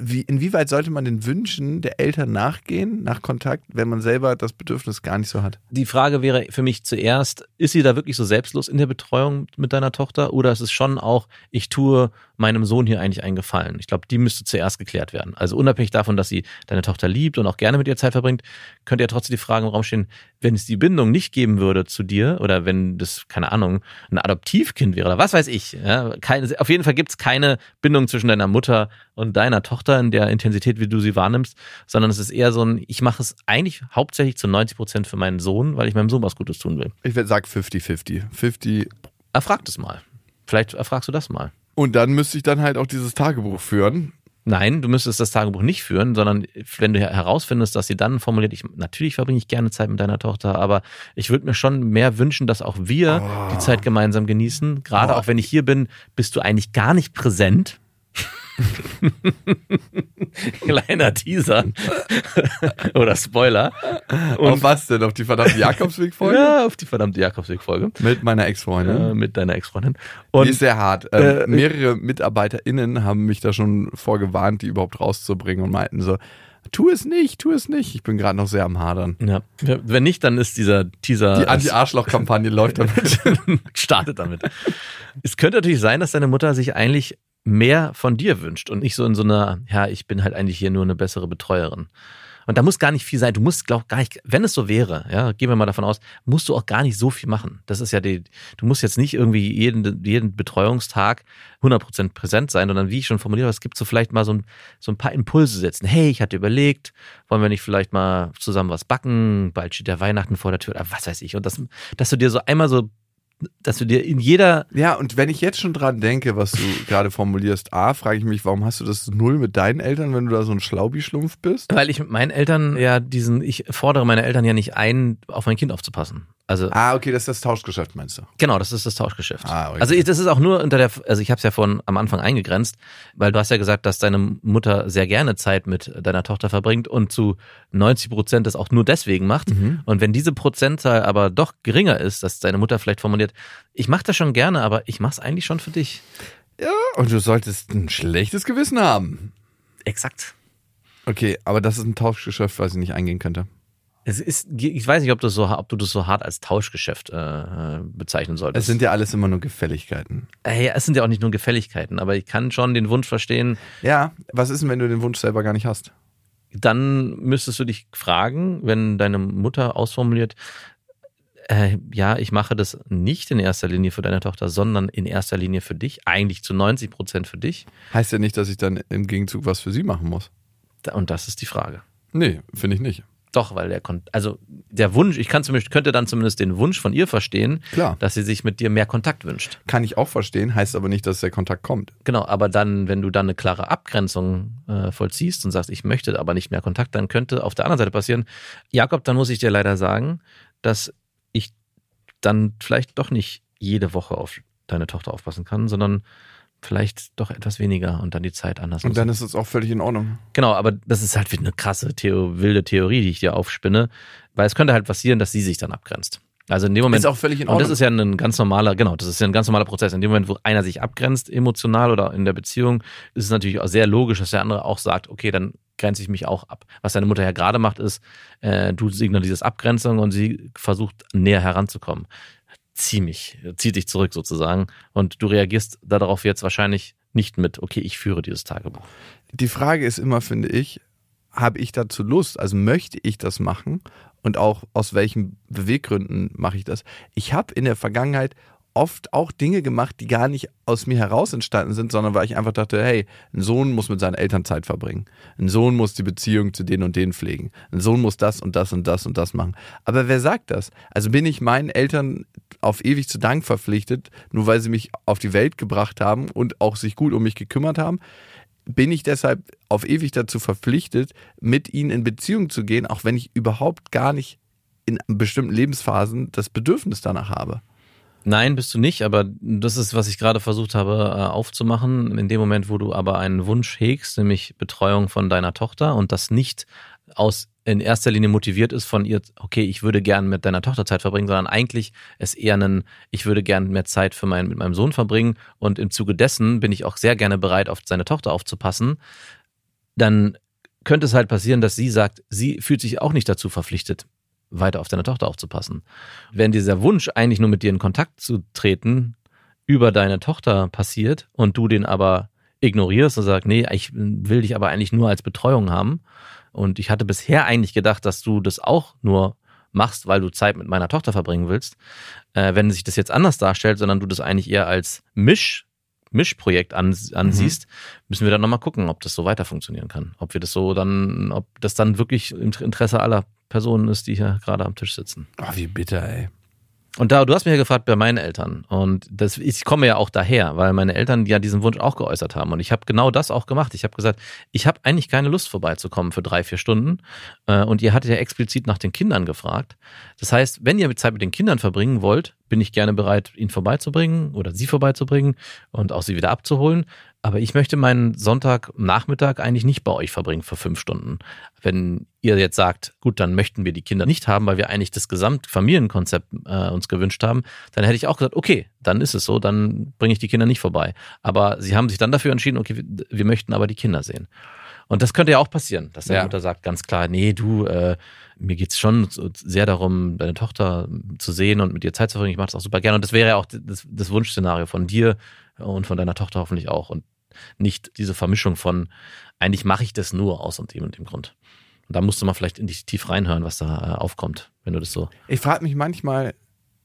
Wie, inwieweit sollte man den Wünschen der Eltern nachgehen, nach Kontakt, wenn man selber das Bedürfnis gar nicht so hat?
Die Frage wäre für mich zuerst, ist sie da wirklich so selbstlos in der Betreuung mit deiner Tochter oder ist es schon auch, ich tue meinem Sohn hier eigentlich einen Gefallen? Ich glaube, die müsste zuerst geklärt werden. Also unabhängig davon, dass sie deine Tochter liebt und auch gerne mit ihr Zeit verbringt, könnte ja trotzdem die Frage im Raum stehen, wenn es die Bindung nicht geben würde zu dir oder wenn das, keine Ahnung, ein Adoptivkind wäre oder was weiß ich. Ja, keine, auf jeden Fall gibt es keine Bindung zwischen deiner Mutter und deiner Tochter in der Intensität, wie du sie wahrnimmst, sondern es ist eher so ein, ich mache es eigentlich hauptsächlich zu 90 Prozent für meinen Sohn, weil ich meinem Sohn was Gutes tun will.
Ich würde sagen 50-50. 50.
Erfragt es mal. Vielleicht erfragst du das mal.
Und dann müsste ich dann halt auch dieses Tagebuch führen.
Nein, du müsstest das Tagebuch nicht führen, sondern wenn du herausfindest, dass sie dann formuliert, ich natürlich verbringe ich gerne Zeit mit deiner Tochter, aber ich würde mir schon mehr wünschen, dass auch wir die
Ah.
Zeit gemeinsam genießen. Gerade auch wenn ich hier bin, bist du eigentlich gar nicht
<laughs>
präsent. Kleiner
<laughs>
Teaser oder Spoiler.
Und auf was denn? Auf die verdammte Jakobswegfolge?
<laughs> Ja, auf die verdammte Jakobsweg-Folge.
Mit meiner Ex-Freundin.
Äh, mit deiner Ex-Freundin.
die Mhm.
Und
ist
äh,
sehr hart. Ähm, mehrere MitarbeiterInnen haben mich da schon vorgewarnt, die überhaupt rauszubringen und meinten so, tu es nicht, tu es nicht. Ich bin gerade noch sehr am Hadern.
ja, wenn nicht, dann ist dieser Teaser
Die Anti-Arschloch-Kampagne <laughs>
<laughs>
läuft damit.
startet damit. Es könnte natürlich sein, dass deine Mutter sich eigentlich mehr von dir wünscht und nicht so in so einer, ja, ich bin halt eigentlich hier nur eine bessere Betreuerin. Und da muss gar nicht viel sein. Du musst, glaub, gar nicht, wenn es so wäre, ja, gehen wir mal davon aus, musst du auch gar nicht so viel machen. Das ist ja die, du musst jetzt nicht irgendwie jeden, jeden Betreuungstag 100% präsent sein, sondern wie ich schon formuliert habe, es gibt so vielleicht mal so ein, so ein paar Impulse setzen. Hey, ich hatte überlegt, wollen wir nicht vielleicht mal zusammen was backen? Bald steht der Weihnachten vor der Tür oder was weiß ich. Und das, dass du dir so einmal so dass du dir in jeder
Ja, und wenn ich jetzt schon dran denke, was du gerade formulierst, A, frage ich mich, warum hast du das null mit deinen Eltern, wenn du da so ein Schlaubi-Schlumpf bist?
weil ich mit meinen Eltern ja diesen ich fordere meine Eltern ja nicht ein auf mein Kind aufzupassen. Also
Ah, okay, das ist das Tauschgeschäft, meinst du?
genau, das ist das Tauschgeschäft.
Ah, okay.
Also das ist auch nur unter der also ich habe es ja von am Anfang eingegrenzt, weil du hast ja gesagt, dass deine Mutter sehr gerne Zeit mit deiner Tochter verbringt und zu 90 Prozent das auch nur deswegen macht. Und wenn diese Prozentzahl aber doch geringer ist, dass deine Mutter vielleicht formuliert, ich mache das schon gerne, aber ich mache es eigentlich schon für dich.
Und du solltest ein schlechtes Gewissen haben.
Exakt.
Okay, aber das ist ein Tauschgeschäft, was ich nicht eingehen könnte.
Es ist, ich weiß nicht, ob, das so, ob du das so hart als Tauschgeschäft äh, bezeichnen solltest.
Es sind ja alles immer nur Gefälligkeiten.
Ey, es sind ja auch nicht nur Gefälligkeiten, aber ich kann schon den Wunsch verstehen,
Ja, was ist denn, wenn du den Wunsch selber gar nicht hast?
dann müsstest du dich fragen, wenn deine Mutter ausformuliert, äh, ja, ich mache das nicht in erster Linie für deine Tochter, sondern in erster Linie für dich, eigentlich zu 90 Prozent für dich.
Heißt ja nicht, dass ich dann im Gegenzug was für sie machen muss.
Da- Und das ist die Frage.
Nee, finde ich nicht.
Doch, weil der Kon also der Wunsch, ich kann zumindest, könnte dann zumindest den Wunsch von ihr verstehen,
Klar.
dass sie sich mit dir mehr Kontakt wünscht.
Kann ich auch verstehen, heißt aber nicht, dass der Kontakt kommt.
Genau, aber dann, wenn du dann eine klare Abgrenzung äh, vollziehst und sagst, ich möchte aber nicht mehr Kontakt, dann könnte auf der anderen Seite passieren, Jakob, dann muss ich dir leider sagen, dass ich dann vielleicht doch nicht jede Woche auf deine Tochter aufpassen kann, sondern vielleicht doch etwas weniger und dann die Zeit anders.
Und dann
nutzen.
ist es auch völlig in Ordnung.
genau, aber das ist halt wieder eine krasse, Theo wilde Theorie, die ich dir aufspinne, weil es könnte halt passieren, dass sie sich dann abgrenzt. Also in dem Moment
Ist auch völlig in
und
Ordnung.
das ist ja ein ganz normaler, genau, das ist ja ein ganz normaler Prozess. In dem Moment, wo einer sich abgrenzt, emotional oder in der Beziehung, ist es natürlich auch sehr logisch, dass der andere auch sagt, okay, dann grenze ich mich auch ab. Was deine Mutter ja gerade macht, ist, äh, du signalisierst Abgrenzung und sie versucht näher heranzukommen. Zieh mich, äh, zieh dich zurück sozusagen. Und du reagierst darauf jetzt wahrscheinlich nicht mit, okay, ich führe dieses Tagebuch.
Die Frage ist immer, finde ich, habe ich dazu Lust? Also möchte ich das machen? Und auch aus welchen Beweggründen mache ich das? Ich habe in der Vergangenheit oft auch Dinge gemacht, die gar nicht aus mir heraus entstanden sind, sondern weil ich einfach dachte, hey, ein Sohn muss mit seinen Eltern Zeit verbringen. Ein Sohn muss die Beziehung zu denen und denen pflegen. Ein Sohn muss das und das und das und das machen. Aber wer sagt das? Also bin ich meinen Eltern auf ewig zu Dank verpflichtet, nur weil sie mich auf die Welt gebracht haben und auch sich gut um mich gekümmert haben? bin ich deshalb auf ewig dazu verpflichtet, mit ihnen in Beziehung zu gehen, auch wenn ich überhaupt gar nicht in bestimmten Lebensphasen das Bedürfnis danach habe.
Nein, bist du nicht, aber das ist, was ich gerade versucht habe äh, aufzumachen. In dem Moment, wo du aber einen Wunsch hegst, nämlich Betreuung von deiner Tochter und das nicht aus in erster Linie motiviert ist von ihr, okay, ich würde gern mit deiner Tochter Zeit verbringen, sondern eigentlich es eher einen, ich würde gern mehr Zeit für meinen, mit meinem Sohn verbringen und im Zuge dessen bin ich auch sehr gerne bereit, auf seine Tochter aufzupassen, dann könnte es halt passieren, dass sie sagt, sie fühlt sich auch nicht dazu verpflichtet, weiter auf deine Tochter aufzupassen. Wenn dieser Wunsch eigentlich nur mit dir in Kontakt zu treten über deine Tochter passiert und du den aber ignorierst und sagst, nee, ich will dich aber eigentlich nur als Betreuung haben und ich hatte bisher eigentlich gedacht, dass du das auch nur machst, weil du Zeit mit meiner Tochter verbringen willst, äh, wenn sich das jetzt anders darstellt, sondern du das eigentlich eher als Misch Mischprojekt an, ansiehst, müssen wir dann nochmal gucken, ob das so weiter funktionieren kann. Ob wir das so dann, ob das dann wirklich im Interesse aller Personen ist, die hier gerade am Tisch sitzen.
Oh, wie bitter, ey.
Und da, du hast mich ja gefragt bei meinen Eltern. Und das, ich komme ja auch daher, weil meine Eltern ja diesen Wunsch auch geäußert haben. Und ich habe genau das auch gemacht. Ich habe gesagt, ich habe eigentlich keine Lust vorbeizukommen für drei, vier Stunden. Äh, Und ihr hattet ja explizit nach den Kindern gefragt. Das heißt, wenn ihr Zeit mit den Kindern verbringen wollt, bin ich gerne bereit, ihn vorbeizubringen oder sie vorbeizubringen und auch sie wieder abzuholen. Aber ich möchte meinen Sonntagnachmittag eigentlich nicht bei euch verbringen für fünf Stunden. Wenn ihr jetzt sagt, gut, dann möchten wir die Kinder nicht haben, weil wir eigentlich das Gesamtfamilienkonzept äh, uns gewünscht haben, dann hätte ich auch gesagt, okay, dann ist es so, dann bringe ich die Kinder nicht vorbei. Aber sie haben sich dann dafür entschieden, okay, wir, wir möchten aber die Kinder sehen. Und das könnte ja auch passieren, dass der
Ja.
Mutter sagt ganz klar, nee, du, äh, mir geht's schon so sehr darum, deine Tochter zu sehen und mit ihr Zeit zu verbringen. Ich mache das auch super gerne. Und das wäre ja auch das, das Wunschszenario von dir und von deiner Tochter hoffentlich auch. Und nicht diese Vermischung von, eigentlich mache ich das nur aus und dem und dem Grund. Und da musst du mal vielleicht in dich tief reinhören, was da äh, aufkommt, wenn du das <laughs> so.
Ich frage mich manchmal,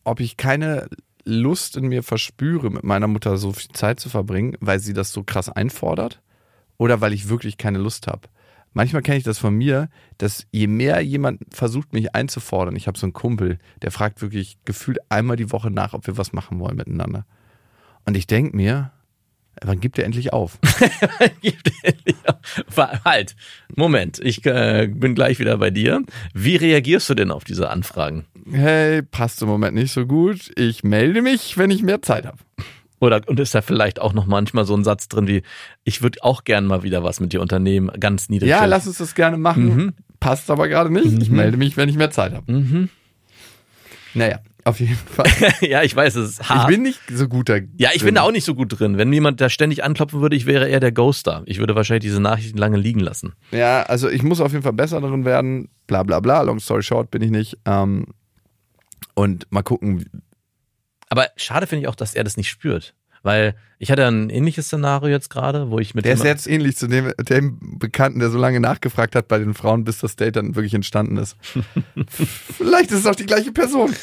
ob ich keine Lust in mir verspüre, mit meiner Mutter so viel Zeit zu verbringen, weil sie das so krass einfordert oder weil ich wirklich keine Lust habe. Manchmal kenne ich das von mir, dass je mehr jemand versucht, mich einzufordern, ich habe so einen Kumpel, der fragt wirklich gefühlt einmal die Woche nach, ob wir was machen wollen miteinander. Und ich denke mir, wann gibt er endlich auf?
halt, Moment, ich äh, bin gleich wieder bei dir. Wie reagierst du denn auf diese Anfragen?
hey, passt im Moment nicht so gut, ich melde mich, wenn ich mehr Zeit habe.
Oder und ist da vielleicht auch noch manchmal so ein Satz drin wie, ich würde auch gern mal wieder was mit dir unternehmen, ganz niedrig.
Ja, lass uns das gerne machen.
Mhm.
Passt aber gerade nicht. Ich melde mich, wenn ich mehr Zeit habe. Naja, auf jeden Fall.
<laughs> <laughs> ja, ich weiß, es ist
Ich
hart.
bin nicht so guter.
ja, ich bin da auch nicht so gut drin. Wenn jemand da ständig anklopfen würde, ich wäre eher der Ghoster. Ich würde wahrscheinlich diese Nachrichten lange liegen lassen.
Ja, also ich muss auf jeden Fall besser darin werden. Bla bla bla. Long story short bin ich nicht. Ähm, und mal gucken.
Aber schade finde ich auch, dass er das nicht spürt. Weil ich hatte ein ähnliches Szenario jetzt gerade, wo ich mit
Der ist
jemand-
jetzt ähnlich zu dem, dem Bekannten, der so lange nachgefragt hat bei den Frauen, bis das Date dann wirklich entstanden
<laughs>
ist. Vielleicht ist es auch die gleiche Person.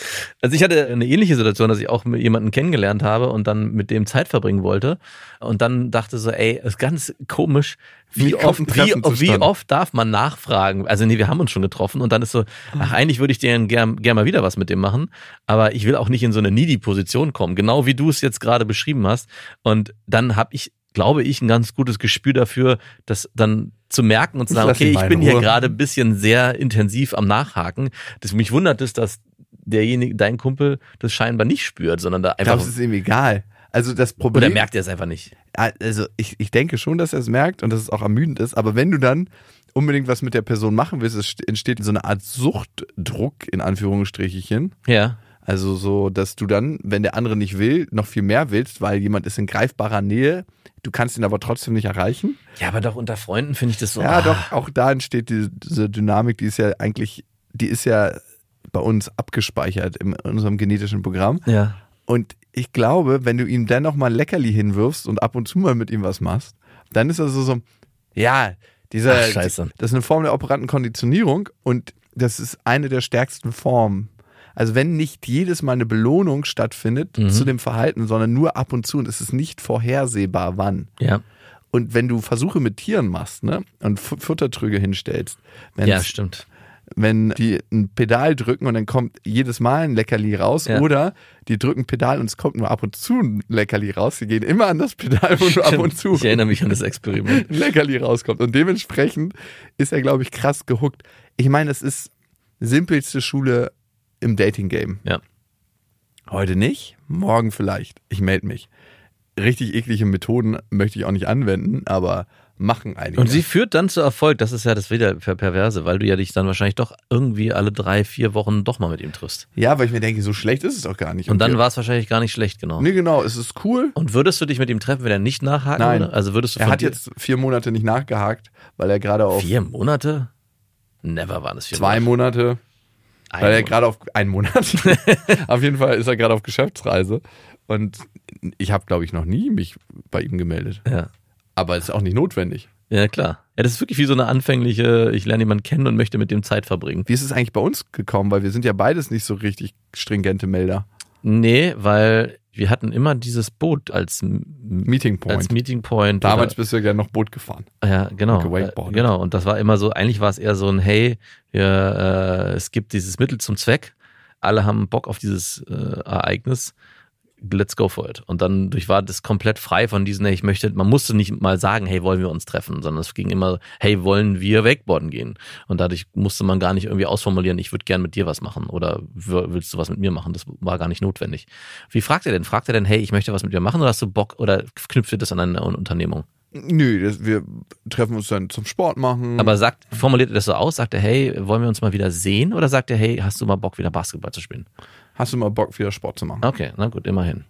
Also ich hatte eine ähnliche Situation, dass ich auch mit jemanden kennengelernt habe und dann mit dem Zeit verbringen wollte und dann dachte so, ey, ist ganz komisch, wie,
Wie
oft,
kommt ein
wie,
Treffen
wie
zustande?
oft darf man nachfragen? Also nee, wir haben uns schon getroffen und dann ist so,
Ah.
ach, eigentlich würde ich dir gern, gern mal wieder was mit dem machen, aber ich will auch nicht in so eine needy-Position kommen, genau wie du es jetzt gerade beschrieben hast. Und dann habe ich, glaube ich, ein ganz gutes Gespür dafür, das dann zu merken und zu
Ich
sagen,
lass
okay,
ihn
ich
mal in
bin hier
Ruhe.
gerade gerade ein bisschen sehr intensiv am Nachhaken. Das mich wundert es, dass derjenige, dein Kumpel, das scheinbar nicht spürt, sondern da
Ich
einfach.
glaube, es ist ihm egal. Also das Problem.
Oder merkt er es einfach nicht.
also ich, ich denke schon, dass er es merkt und dass es auch ermüdend ist, aber wenn du dann unbedingt was mit der Person machen willst, es st- entsteht so eine Art Suchtdruck in Anführungsstrichchen.
Ja.
Also so, dass du dann, wenn der andere nicht will, noch viel mehr willst, weil jemand ist in greifbarer Nähe, du kannst ihn aber trotzdem nicht erreichen.
Ja, aber doch unter Freunden finde ich das so.
Ja,
ah.
doch, auch da entsteht diese, diese Dynamik, die ist ja eigentlich, die ist ja bei uns abgespeichert in unserem genetischen Programm.
Ja.
Und ich glaube, wenn du ihm dann noch mal ein Leckerli hinwirfst und ab und zu mal mit ihm was machst, dann ist er so, so ja, dieser,
Ach, scheiße.
das ist eine Form der operanten Konditionierung und das ist eine der stärksten Formen. Also wenn nicht jedes Mal eine Belohnung stattfindet
Mhm.
zu dem Verhalten, sondern nur ab und zu und es ist nicht vorhersehbar, wann.
Ja.
Und wenn du Versuche mit Tieren machst, ne, und Fu- Futtertrüge hinstellst, wenn's-
Ja, stimmt.
wenn die ein Pedal drücken und dann kommt jedes Mal ein Leckerli raus
Ja.
oder die drücken Pedal und es kommt nur ab und zu ein Leckerli raus. Sie gehen immer an das Pedal, wo nur ab und zu
Ich erinnere mich an das Experiment. <laughs>
ein Leckerli rauskommt. Und dementsprechend ist er, glaube ich, krass gehuckt. Ich meine, es ist simpelste Schule im Dating-Game.
Ja.
Heute nicht, morgen vielleicht. Ich melde mich. Richtig eklige Methoden möchte ich auch nicht anwenden, aber machen einige.
Und sie führt dann zu Erfolg. Das ist ja das wieder per- Perverse, weil du ja dich dann wahrscheinlich doch irgendwie alle drei, vier Wochen doch mal mit ihm triffst.
ja, weil ich mir denke, so schlecht ist es auch gar nicht.
Und dann
wir-
war es wahrscheinlich gar nicht schlecht, genau.
Nee, genau, es ist cool.
Und würdest du dich mit ihm treffen, wenn er nicht nachhaken
Nein.
würde? Also würdest du
Er
von
hat
dir-
jetzt vier Monate nicht nachgehakt, weil er gerade auf
vier Monate? Never waren es vier
Oh. zwei
Monate.
Monate,
Ein
weil er
Monat.
gerade auf einen Monat.
<laughs>
auf jeden Fall ist er gerade auf Geschäftsreise. Und ich habe, glaube ich, noch nie mich bei ihm gemeldet.
Ja.
Aber es ist auch nicht notwendig.
ja, klar. Ja, das ist wirklich wie so eine anfängliche, ich lerne jemanden kennen und möchte mit dem Zeit verbringen.
Wie ist es eigentlich bei uns gekommen? Weil wir sind ja beides nicht so richtig stringente Melder.
Nee, weil wir hatten immer dieses Boot als, M-
Meeting Point.
als Meeting Point.
Damals bist du ja gerne noch Boot gefahren.
oder, ja, genau.
gewakeboardet.
Äh, Genau. Und das war immer so, eigentlich war es eher so ein, hey, wir, äh, es gibt dieses Mittel zum Zweck, alle haben Bock auf dieses äh, Ereignis. Let's go for it. Und dann durch war das komplett frei von diesen, hey, ich möchte, man musste nicht mal sagen, hey, wollen wir uns treffen, sondern es ging immer, hey, wollen wir wakeboarden gehen? Und dadurch musste man gar nicht irgendwie ausformulieren, ich würde gern mit dir was machen oder w- willst du was mit mir machen? Das war gar nicht notwendig. Wie fragt er denn? Fragt er denn, hey, ich möchte was mit dir machen oder hast du Bock oder knüpft ihr das an eine Unternehmung?
Nö, das, wir treffen uns dann zum Sport machen.
Aber sagt, formuliert er das so aus? Sagt er, hey, wollen wir uns mal wieder sehen? Oder sagt er, hey, hast du mal Bock, wieder Basketball zu spielen?
Hast du mal Bock, wieder Sport zu machen?
Okay, na gut, immerhin.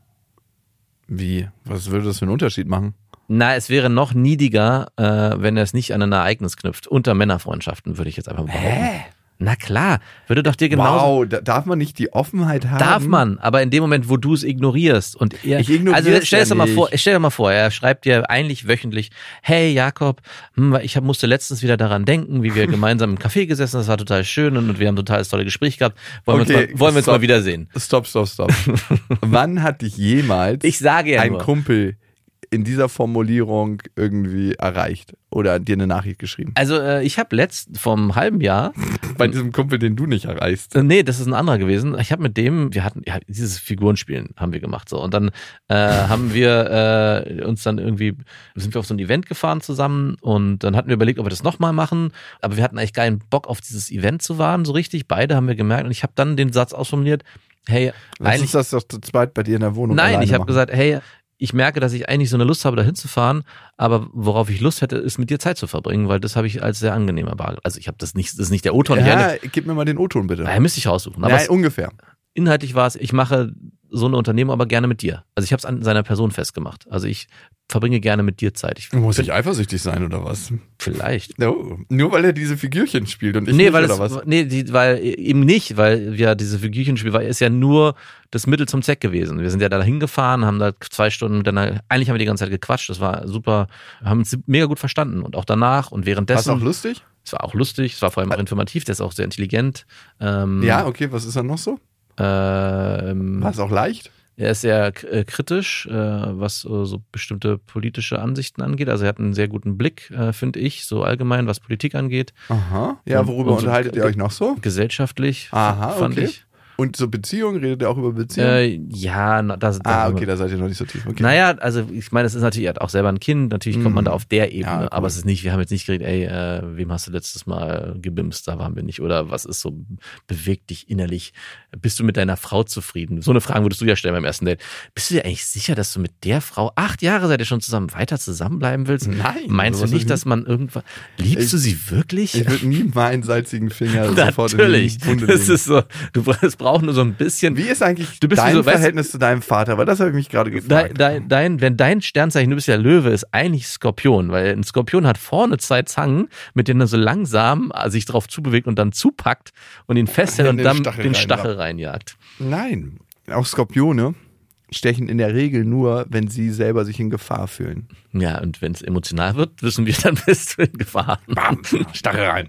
Wie? Was würde das für einen Unterschied machen?
Na, es wäre noch niediger, äh, wenn er es nicht an ein Ereignis knüpft. Unter Männerfreundschaften, würde ich jetzt einfach behaupten. Na klar, würde doch dir genauso.
Wow, da darf man nicht die Offenheit haben.
Darf man, aber in dem Moment, wo du es ignorierst und er,
Ich ignoriere
also
es
stell
ja
dir mal
nicht.
vor, stell dir mal vor, er schreibt dir eigentlich wöchentlich, hey Jakob, hm, ich hab, musste letztens wieder daran denken, wie
<laughs>
wir gemeinsam im Café gesessen, das war total schön und, und wir haben ein total tolles Gespräch gehabt, wollen wir uns
Okay,
mal, wollen wir uns
stopp.
mal wiedersehen.
Stopp,
<laughs>
stopp, stopp. Wann hat dich jemals
Ich sage ja
ein
nur.
Kumpel in dieser Formulierung irgendwie erreicht oder dir eine Nachricht geschrieben?
Also äh, ich habe letzt vom halben Jahr,
Bei diesem Kumpel, den du nicht erreichst.
äh, nee, das ist ein anderer gewesen. Ich habe mit dem, wir hatten ja, dieses Figurenspielen haben wir gemacht so und dann äh, haben wir äh, uns dann irgendwie sind wir auf so ein Event gefahren zusammen und dann hatten wir überlegt, ob wir das nochmal machen. Aber wir hatten eigentlich keinen Bock auf dieses Event zu fahren so richtig. Beide haben wir gemerkt und ich habe dann den Satz ausformuliert: Hey,
Lass
eigentlich
uns das doch zu zweit bei dir in der Wohnung
Nein,
alleine
ich habe
machen.
gesagt, hey, ich merke, dass ich eigentlich so eine Lust habe, da hinzufahren, aber worauf ich Lust hätte, ist mit dir Zeit zu verbringen, weil das habe ich als sehr angenehm erwartet. Also ich habe das nicht, das ist nicht der O-Ton. Ja.
ja, gib mir mal den O-Ton bitte.
Naja, müsste ich raussuchen. Aber
Nein,
es,
ungefähr.
inhaltlich war es, ich mache so eine Unternehmung aber gerne mit dir. Also ich habe es an seiner Person festgemacht. Also ich verbringe gerne mit dir Zeit. Ich,
Muss ich eifersüchtig sein oder was?
vielleicht.
No. Nur weil er diese Figürchen spielt und ich
nee,
nicht,
weil
oder
es,
was?
nee, die, weil e, eben nicht, weil ja diese Figürchenspiel war, ist ja nur das Mittel zum Zweck gewesen. Wir sind ja da hingefahren, haben da zwei Stunden miteinander, eigentlich haben wir die ganze Zeit gequatscht, das war super, haben uns mega gut verstanden und auch danach und
War's auch
währenddessen,
lustig?
es war auch lustig, es war vor allem auch informativ, der ist auch sehr intelligent. Ähm,
Ja, okay, was ist dann noch so?
Ähm,
War es auch leicht?
er ist sehr k- äh, kritisch, äh, was äh, so bestimmte politische Ansichten angeht. Also er hat einen sehr guten Blick, äh, finde ich, so allgemein, was Politik angeht.
Aha. Ja,
Und-
worüber
Hm. und so-
unterhaltet ihr euch noch so?
Gesellschaftlich
Aha,
fand
okay.
ich.
Und so Beziehungen, redet ihr auch über Beziehungen?
Äh, ja, na, das,
ah, okay,
Das,
da seid ihr noch nicht so tief. Okay.
Naja, also ich meine, es ist natürlich, er hat auch selber ein Kind, natürlich kommt man da auf der Ebene,
Mhm. Ja, cool.
aber es ist nicht, wir haben jetzt nicht geredet, ey, äh, wem hast du letztes Mal gebimst, da waren wir nicht, oder was ist so, bewegt dich innerlich, bist du mit deiner Frau zufrieden? So eine Frage würdest du ja stellen beim ersten Date. Bist du dir eigentlich sicher, dass du mit der Frau, acht Jahre seid ihr schon zusammen, weiter zusammenbleiben willst?
Nein,
Meinst du
sowas
nicht,
hab ich
dass man irgendwann, liebst
Ich-
du sie wirklich?
Ich
<laughs>
würde nie meinen salzigen Finger sofort in die
Natürlich,
Wunde
das
legen.
ist so, du bra- es braucht nur so ein bisschen.
Wie ist eigentlich
Du bist
dein
so, weißt-
Verhältnis zu deinem Vater? Weil das habe ich mich gerade
Dein,
gefragt. ne?
dein, dein, wenn dein Sternzeichen, du bist ja Löwe, ist eigentlich Skorpion, weil ein Skorpion hat vorne zwei Zangen, mit denen er so langsam äh, sich drauf zubewegt und dann zupackt und ihn festhält und
Den
dann
Stachel
den
reinrammt.
Stachel reinjagt.
Nein, auch Skorpione stechen in der Regel nur, wenn sie selber sich in Gefahr fühlen.
Ja, und wenn es emotional wird, wissen wir, <laughs> dann bist du in Gefahr. <laughs>
Bam, Stachel rein.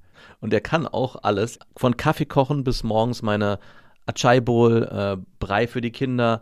Und er kann auch alles, von Kaffee kochen bis morgens meine Acai Bowl, äh, Brei für die Kinder,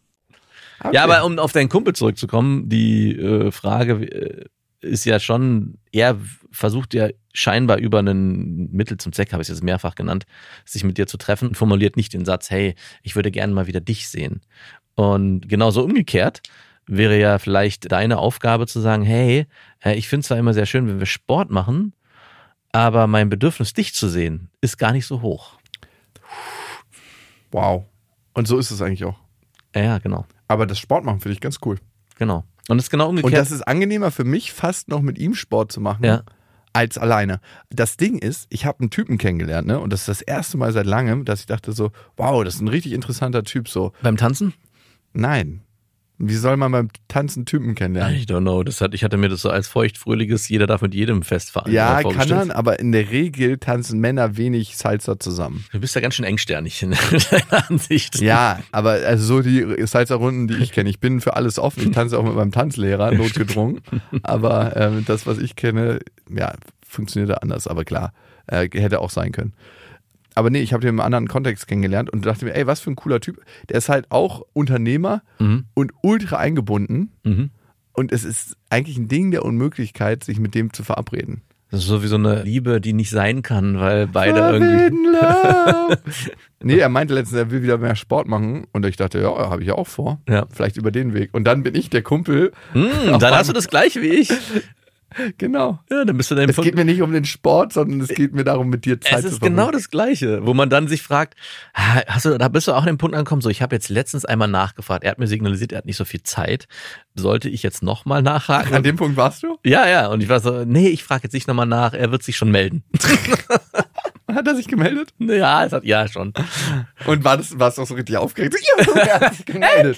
Ja, aber um auf deinen Kumpel zurückzukommen, die äh, Frage äh, ist ja schon, er versucht ja scheinbar über einen Mittel zum Zweck, habe ich es jetzt mehrfach genannt, sich mit dir zu treffen und formuliert nicht den Satz, hey, ich würde gerne mal wieder dich sehen. Und genauso umgekehrt wäre ja vielleicht deine Aufgabe zu sagen, hey, äh, ich finde zwar immer sehr schön, wenn wir Sport machen, aber mein Bedürfnis, dich zu sehen, ist gar nicht so hoch.
Wow. Und so ist es eigentlich auch.
Ja, genau,
Aber das Sport machen finde ich ganz cool.
genau. Und es ist genau
Und
umgekehrt.
das ist angenehmer für mich, fast noch mit ihm Sport zu machen,
Ja.
als alleine. Das Ding ist, ich habe einen Typen kennengelernt, ne? Und das ist das erste Mal seit langem, dass ich dachte so, wow, das ist ein richtig interessanter Typ. So,
beim Tanzen?
nein. Wie soll man beim Tanzen Typen kennenlernen?
I don't know. Das hat, ich hatte mir das so als feuchtfröhliches, jeder darf mit jedem Fest veranstalten.
Ja, kann man, aber in der Regel tanzen Männer wenig Salsa zusammen.
Du bist ja ganz schön engsternig in <laughs> deiner Ansicht.
Ja, aber also so die Salsa-Runden, die ich kenne. Ich bin für alles offen. Ich tanze auch mit meinem Tanzlehrer, notgedrungen. Aber ähm, das, was ich kenne, ja, funktioniert da anders. Aber klar, äh, hätte auch sein können. Aber nee, ich habe den im anderen Kontext kennengelernt und dachte mir, ey, was für ein cooler Typ. Der ist halt auch Unternehmer
Mhm.
und ultra eingebunden.
Mhm.
Und es ist eigentlich ein Ding der Unmöglichkeit, sich mit dem zu verabreden.
Das ist so wie so eine Liebe, die nicht sein kann, weil beide irgendwie.
Forbidden Love. <laughs> nee, er meinte letztens, er will wieder mehr Sport machen. Und ich dachte, ja, habe ich ja auch vor.
Ja.
Vielleicht über den Weg. Und dann bin ich der Kumpel.
Hm,
Oh
dann hast du das gleich wie ich.
Genau.
Ja, dann bist du dann
Es geht mir nicht um den Sport, sondern es geht mir darum, mit dir Zeit
Es
zu
ist
verbringen.
genau das Gleiche, wo man dann sich fragt, ah, hast du, da bist du auch an dem Punkt angekommen, so ich habe jetzt letztens einmal nachgefragt, er hat mir signalisiert, er hat nicht so viel Zeit. Sollte ich jetzt nochmal nachhaken?
An dem Punkt
<laughs>
warst du?
ja, ja. Und ich war so, nee, ich frage jetzt nicht nochmal nach, er wird sich schon melden.
<laughs> Hat er sich gemeldet?
ja, es hat, ja, schon. genau
Und war das, warst du auch so richtig aufgeregt? <laughs> Ja, er hat sich gemeldet.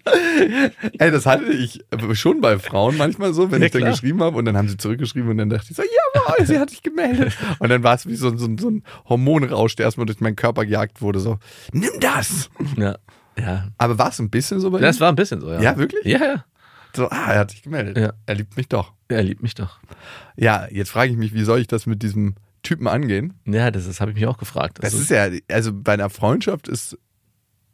<laughs> Ey, das hatte ich schon bei Frauen manchmal so, wenn
Ja,
ich dann
klar.
geschrieben habe und dann haben sie zurückgeschrieben und dann dachte ich so, jawohl, sie hat
<laughs>
sich gemeldet. Und dann war es wie so, ein- so, ein- so ein Hormonrausch, der erstmal durch meinen Körper gejagt wurde, so, nimm das!
Ja, ja.
Aber war es ein bisschen so bei
Das
ihm?
war ein bisschen so, ja.
Ja, wirklich?
Ja, ja.
So, ah, er hat sich gemeldet.
Ja.
Er liebt mich doch.
Er liebt mich doch.
Ja, jetzt frage ich mich, wie soll ich das mit diesem Typen angehen?
Ja, das, das habe ich mich auch gefragt.
Das
Also,
ist ja, also bei einer Freundschaft ist,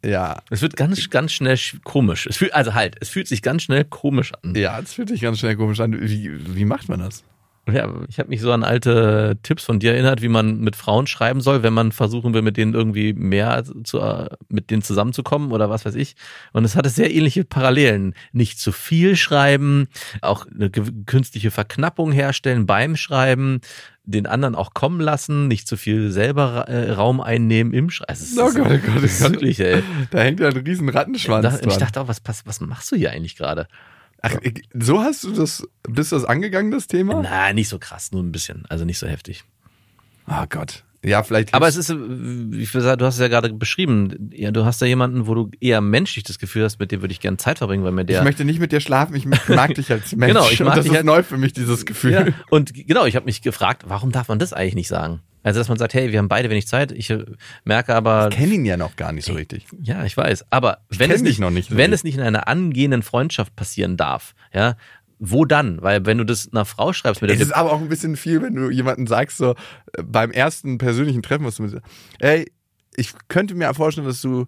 ja,
es wird ganz, ganz schnell sch- komisch. Es fühl, also halt, es fühlt sich ganz schnell komisch an.
ja, das fühlt sich ganz schnell komisch an. Wie, wie macht man das?
Ja, ich habe mich so an alte Tipps von dir erinnert, wie man mit Frauen schreiben soll, wenn man versuchen will, mit denen irgendwie mehr zu, äh, mit denen zusammenzukommen oder was weiß ich. Und es hatte sehr ähnliche Parallelen. Nicht zu viel schreiben, auch eine gew- künstliche Verknappung herstellen beim Schreiben, den anderen auch kommen lassen, nicht zu viel selber äh, Raum einnehmen im Schreiben. Also, es ist-
Oh Gott, oh Gott, oh
es ist
Gott.
wirklich, ey.
Da hängt ja ein riesen Rattenschwanz
Äh. Da, und ich
dran.
dachte auch, was, pass- was machst du hier eigentlich gerade?
Ach, so hast du das, bist du das angegangen, das Thema?
Na, nicht so krass, nur ein bisschen. Also nicht so heftig.
Oh Gott. Ja, vielleicht.
Aber es ist, äh, wie gesagt, du hast es ja gerade beschrieben, ja, du hast da jemanden, wo du eher menschlich das Gefühl hast, mit dem würde ich gerne Zeit verbringen, weil mir
ich
der. <laughs>
möchte nicht mit dir schlafen, ich mag dich als Mensch.
Genau, ich mag
Und das
dich
ist
als-
neu für mich, dieses Gefühl.
ja, und genau, ich habe mich gefragt, warum darf man das eigentlich nicht sagen? Also, dass man sagt, hey, wir haben beide wenig Zeit. Ich äh, merke aber,
Ich kenne ihn ja noch gar nicht so richtig.
ja, ich weiß. Aber wenn
kenn
es
dich
nicht,
noch nicht so
wenn
gut.
es nicht in einer angehenden Freundschaft passieren darf, ja, wo dann? Weil wenn du das einer Frau schreibst mit der
Es ist aber auch ein bisschen viel, wenn du jemanden sagst, so äh, beim ersten persönlichen Treffen, was du mit, ey, ich könnte mir vorstellen, dass du,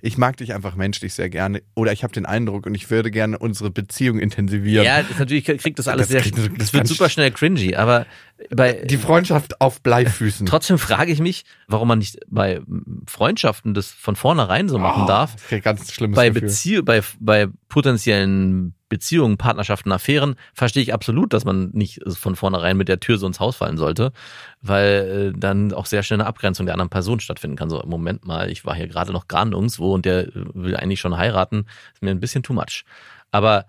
ich mag dich einfach menschlich sehr gerne oder ich habe den Eindruck und ich würde gerne unsere Beziehung intensivieren.
ja, ist natürlich kriegt das alles
Das
sehr,
kriegt- das
das wird
ganz
super schnell cringy. Aber bei
Die Freundschaft auf Bleifüßen.
Trotzdem frage ich mich, warum man nicht bei Freundschaften das von vornherein so machen
Oh,
darf.
Das kriegt ganz schlimmes
Bei,
Gefühl.
Bezie bei, bei potenziellen Beziehungen, Partnerschaften, Affären verstehe ich absolut, dass man nicht von vornherein mit der Tür so ins Haus fallen sollte, weil äh, dann auch sehr schnell eine Abgrenzung der anderen Person stattfinden kann. So, Moment mal, ich war hier gerade noch gar nirgendwo und der äh, will eigentlich schon heiraten. Ist mir ein bisschen too much. Aber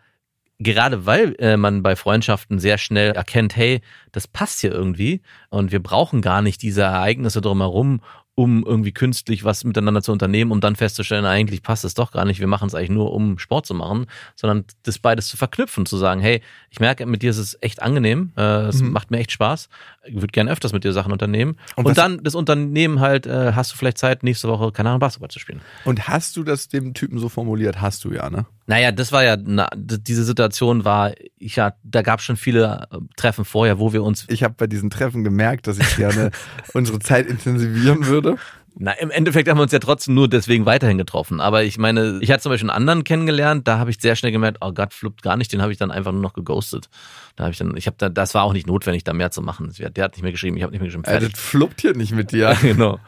gerade weil äh, man bei Freundschaften sehr schnell erkennt, hey, das passt hier irgendwie und wir brauchen gar nicht diese Ereignisse drumherum, um irgendwie künstlich was miteinander zu unternehmen, um dann festzustellen, eigentlich passt es doch gar nicht, wir machen es eigentlich nur, um Sport zu machen, sondern das beides zu verknüpfen, zu sagen, hey, ich merke, mit dir ist es echt angenehm, äh, es macht mir echt Spaß, ich würde gern öfters mit dir Sachen unternehmen und,
Und was-
dann das Unternehmen halt, äh, hast du vielleicht Zeit, nächste Woche, keine Ahnung, Basketball zu spielen.
Und hast du das dem Typen so formuliert? Hast du ja, ne?
Naja, das war ja, na, d- diese Situation war, ich ja, da gab schon viele äh, Treffen vorher, wo wir uns,
Ich habe bei diesen Treffen gemerkt, dass
<laughs>
ich gerne unsere Zeit intensivieren würde.
na, im Endeffekt haben wir uns ja trotzdem nur deswegen weiterhin getroffen. Aber ich meine, ich hatte zum Beispiel einen anderen kennengelernt, da habe ich sehr schnell gemerkt, oh Gott, fluppt gar nicht, den habe ich dann einfach nur noch geghostet. Da habe ich dann, ich habe da, das war auch nicht notwendig, da mehr zu machen. Der hat nicht mehr geschrieben, ich habe nicht mehr geschrieben.
Äh,
Fertig.
das fluppt hier nicht
<laughs>
mit dir.
genau.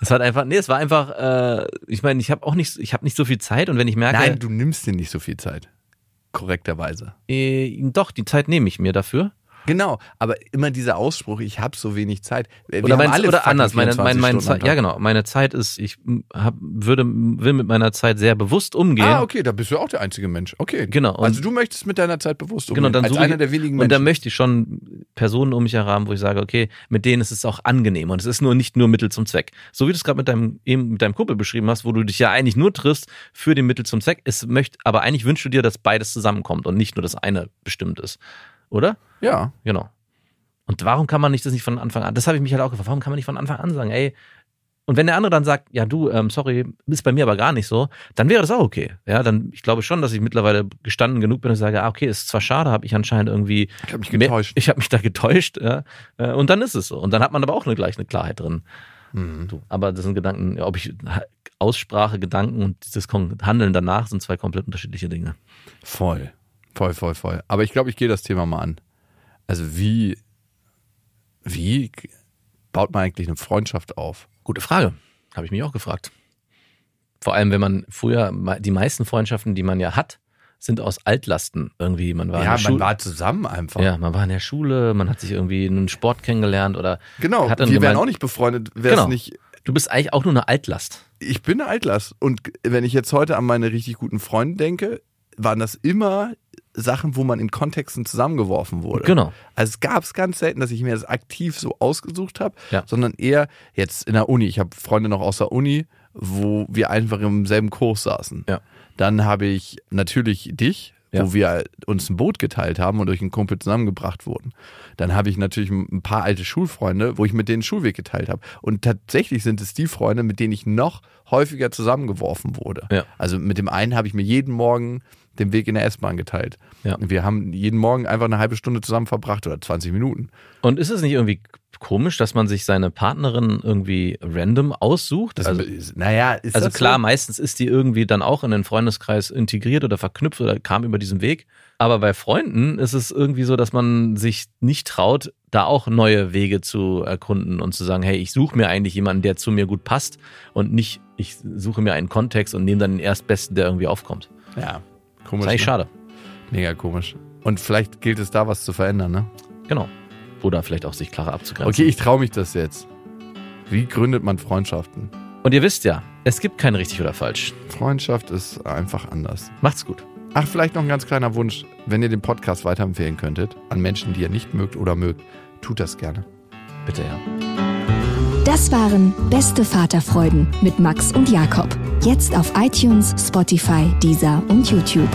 Es war einfach, nee, es war einfach, äh, ich meine, ich habe auch nicht, ich habe nicht so viel Zeit und wenn ich merke,
Nein, du nimmst dir nicht so viel Zeit. Korrekterweise.
äh, doch, die Zeit nehme ich mir dafür.
Genau, aber immer dieser Ausspruch, ich habe so wenig Zeit. Wir
oder
haben
mein,
alle
oder
fucking
anders, meine, meine,
24
meine
Stunden am
Zeit, ja
Tag.
genau, meine Zeit ist, ich m, hab, würde, will mit meiner Zeit sehr bewusst umgehen.
Ah, okay, da bist du auch der einzige Mensch. Okay.
Genau, und-
also du möchtest mit deiner Zeit bewusst umgehen.
Genau, dann
als
suche
einer
ich,
der wenigen
und
Menschen.
dann möchte ich schon Personen um mich herum haben, wo ich sage, okay, mit denen ist es auch angenehm und es ist nur nicht nur Mittel zum Zweck. So wie du es gerade mit deinem eben mit deinem Kumpel beschrieben hast, wo du dich ja eigentlich nur triffst für den Mittel zum Zweck. Es möchte, aber eigentlich wünschst du dir, dass beides zusammenkommt und nicht nur das eine bestimmt ist, oder?
ja.
Genau. Und warum kann man nicht das nicht von Anfang an? Das habe ich mich halt auch gefragt. Warum kann man nicht von Anfang an sagen, ey, und wenn der andere dann sagt, ja du, ähm, sorry, ist bei mir aber gar nicht so, dann wäre das auch okay. Ja, dann ich glaube schon, dass ich mittlerweile gestanden genug bin und sage, ah, okay, ist zwar schade, habe ich anscheinend irgendwie
Ich habe mich
mehr-
getäuscht.
<laughs> ich habe mich da getäuscht, ja. Äh, Und dann ist es so. Und dann hat man aber auch eine, gleich eine Klarheit drin.
Mhm.
Du, aber das sind Gedanken, ja, ob ich Aussprache, Gedanken und das Kon- Handeln danach sind zwei komplett unterschiedliche Dinge.
Voll. Voll, voll, voll. Aber ich glaube, ich gehe das Thema mal an. Also wie, wie baut man eigentlich eine Freundschaft auf?
Gute Frage. Habe ich mich auch gefragt. Vor allem, wenn man früher, die meisten Freundschaften, die man ja hat, sind aus Altlasten irgendwie. Man war, in,
ja,
der Schule,
man war zusammen einfach.
ja, man war in der Schule, man hat sich irgendwie in einem Sport kennengelernt oder
Genau,
Hat dann
wir wären
gemeint-
auch nicht befreundet, wäre es
Genau.
nicht
du bist eigentlich auch nur eine Altlast.
ich bin eine Altlast. Und wenn ich jetzt heute an meine richtig guten Freunde denke, waren das immer Sachen, wo man in Kontexten zusammengeworfen wurde.
Genau.
Also es gab es ganz selten, dass ich mir das aktiv so ausgesucht habe,
Ja.
sondern eher jetzt in der Uni. Ich habe Freunde noch aus der Uni, wo wir einfach im selben Kurs saßen.
Ja.
Dann habe ich natürlich dich,
Ja.
wo wir uns ein Boot geteilt haben und durch einen Kumpel zusammengebracht wurden. Dann habe ich natürlich ein paar alte Schulfreunde, wo ich mit denen Schulweg geteilt habe. Und tatsächlich sind es die Freunde, mit denen ich noch häufiger zusammengeworfen wurde.
Ja.
Also mit dem einen habe ich mir jeden Morgen den Weg in der S-Bahn geteilt.
Ja.
Und Wir haben jeden Morgen einfach eine halbe Stunde zusammen verbracht oder 20 Minuten.
Und ist es nicht irgendwie komisch, dass man sich seine Partnerin irgendwie random aussucht?
Das
also,
ist, naja, ist
also
das
klar,
so?
meistens ist die irgendwie dann auch in den Freundeskreis integriert oder verknüpft oder kam über diesen Weg. Aber bei Freunden ist es irgendwie so, dass man sich nicht traut, da auch neue Wege zu erkunden und zu sagen, hey, ich suche mir eigentlich jemanden, der zu mir gut passt und nicht, ich suche mir einen Kontext und nehme dann den erstbesten, der irgendwie aufkommt.
Ja,
Das
komisch.
ist eigentlich
ne?
schade.
Mega komisch. Und vielleicht gilt es da, was zu verändern, ne?
Genau. Oder vielleicht auch sich klarer abzugrenzen.
Okay, ich traue mich das jetzt. Wie gründet man Freundschaften?
Und ihr wisst ja, es gibt kein richtig oder falsch.
Freundschaft ist einfach anders.
Macht's gut.
Ach, vielleicht noch ein ganz kleiner Wunsch. Wenn ihr den Podcast weiterempfehlen könntet an Menschen, die ihr nicht mögt oder mögt, tut das gerne.
Bitte, ja.
Das waren Beste Vaterfreuden mit Max und Jakob. Jetzt auf iTunes, Spotify, Deezer und YouTube.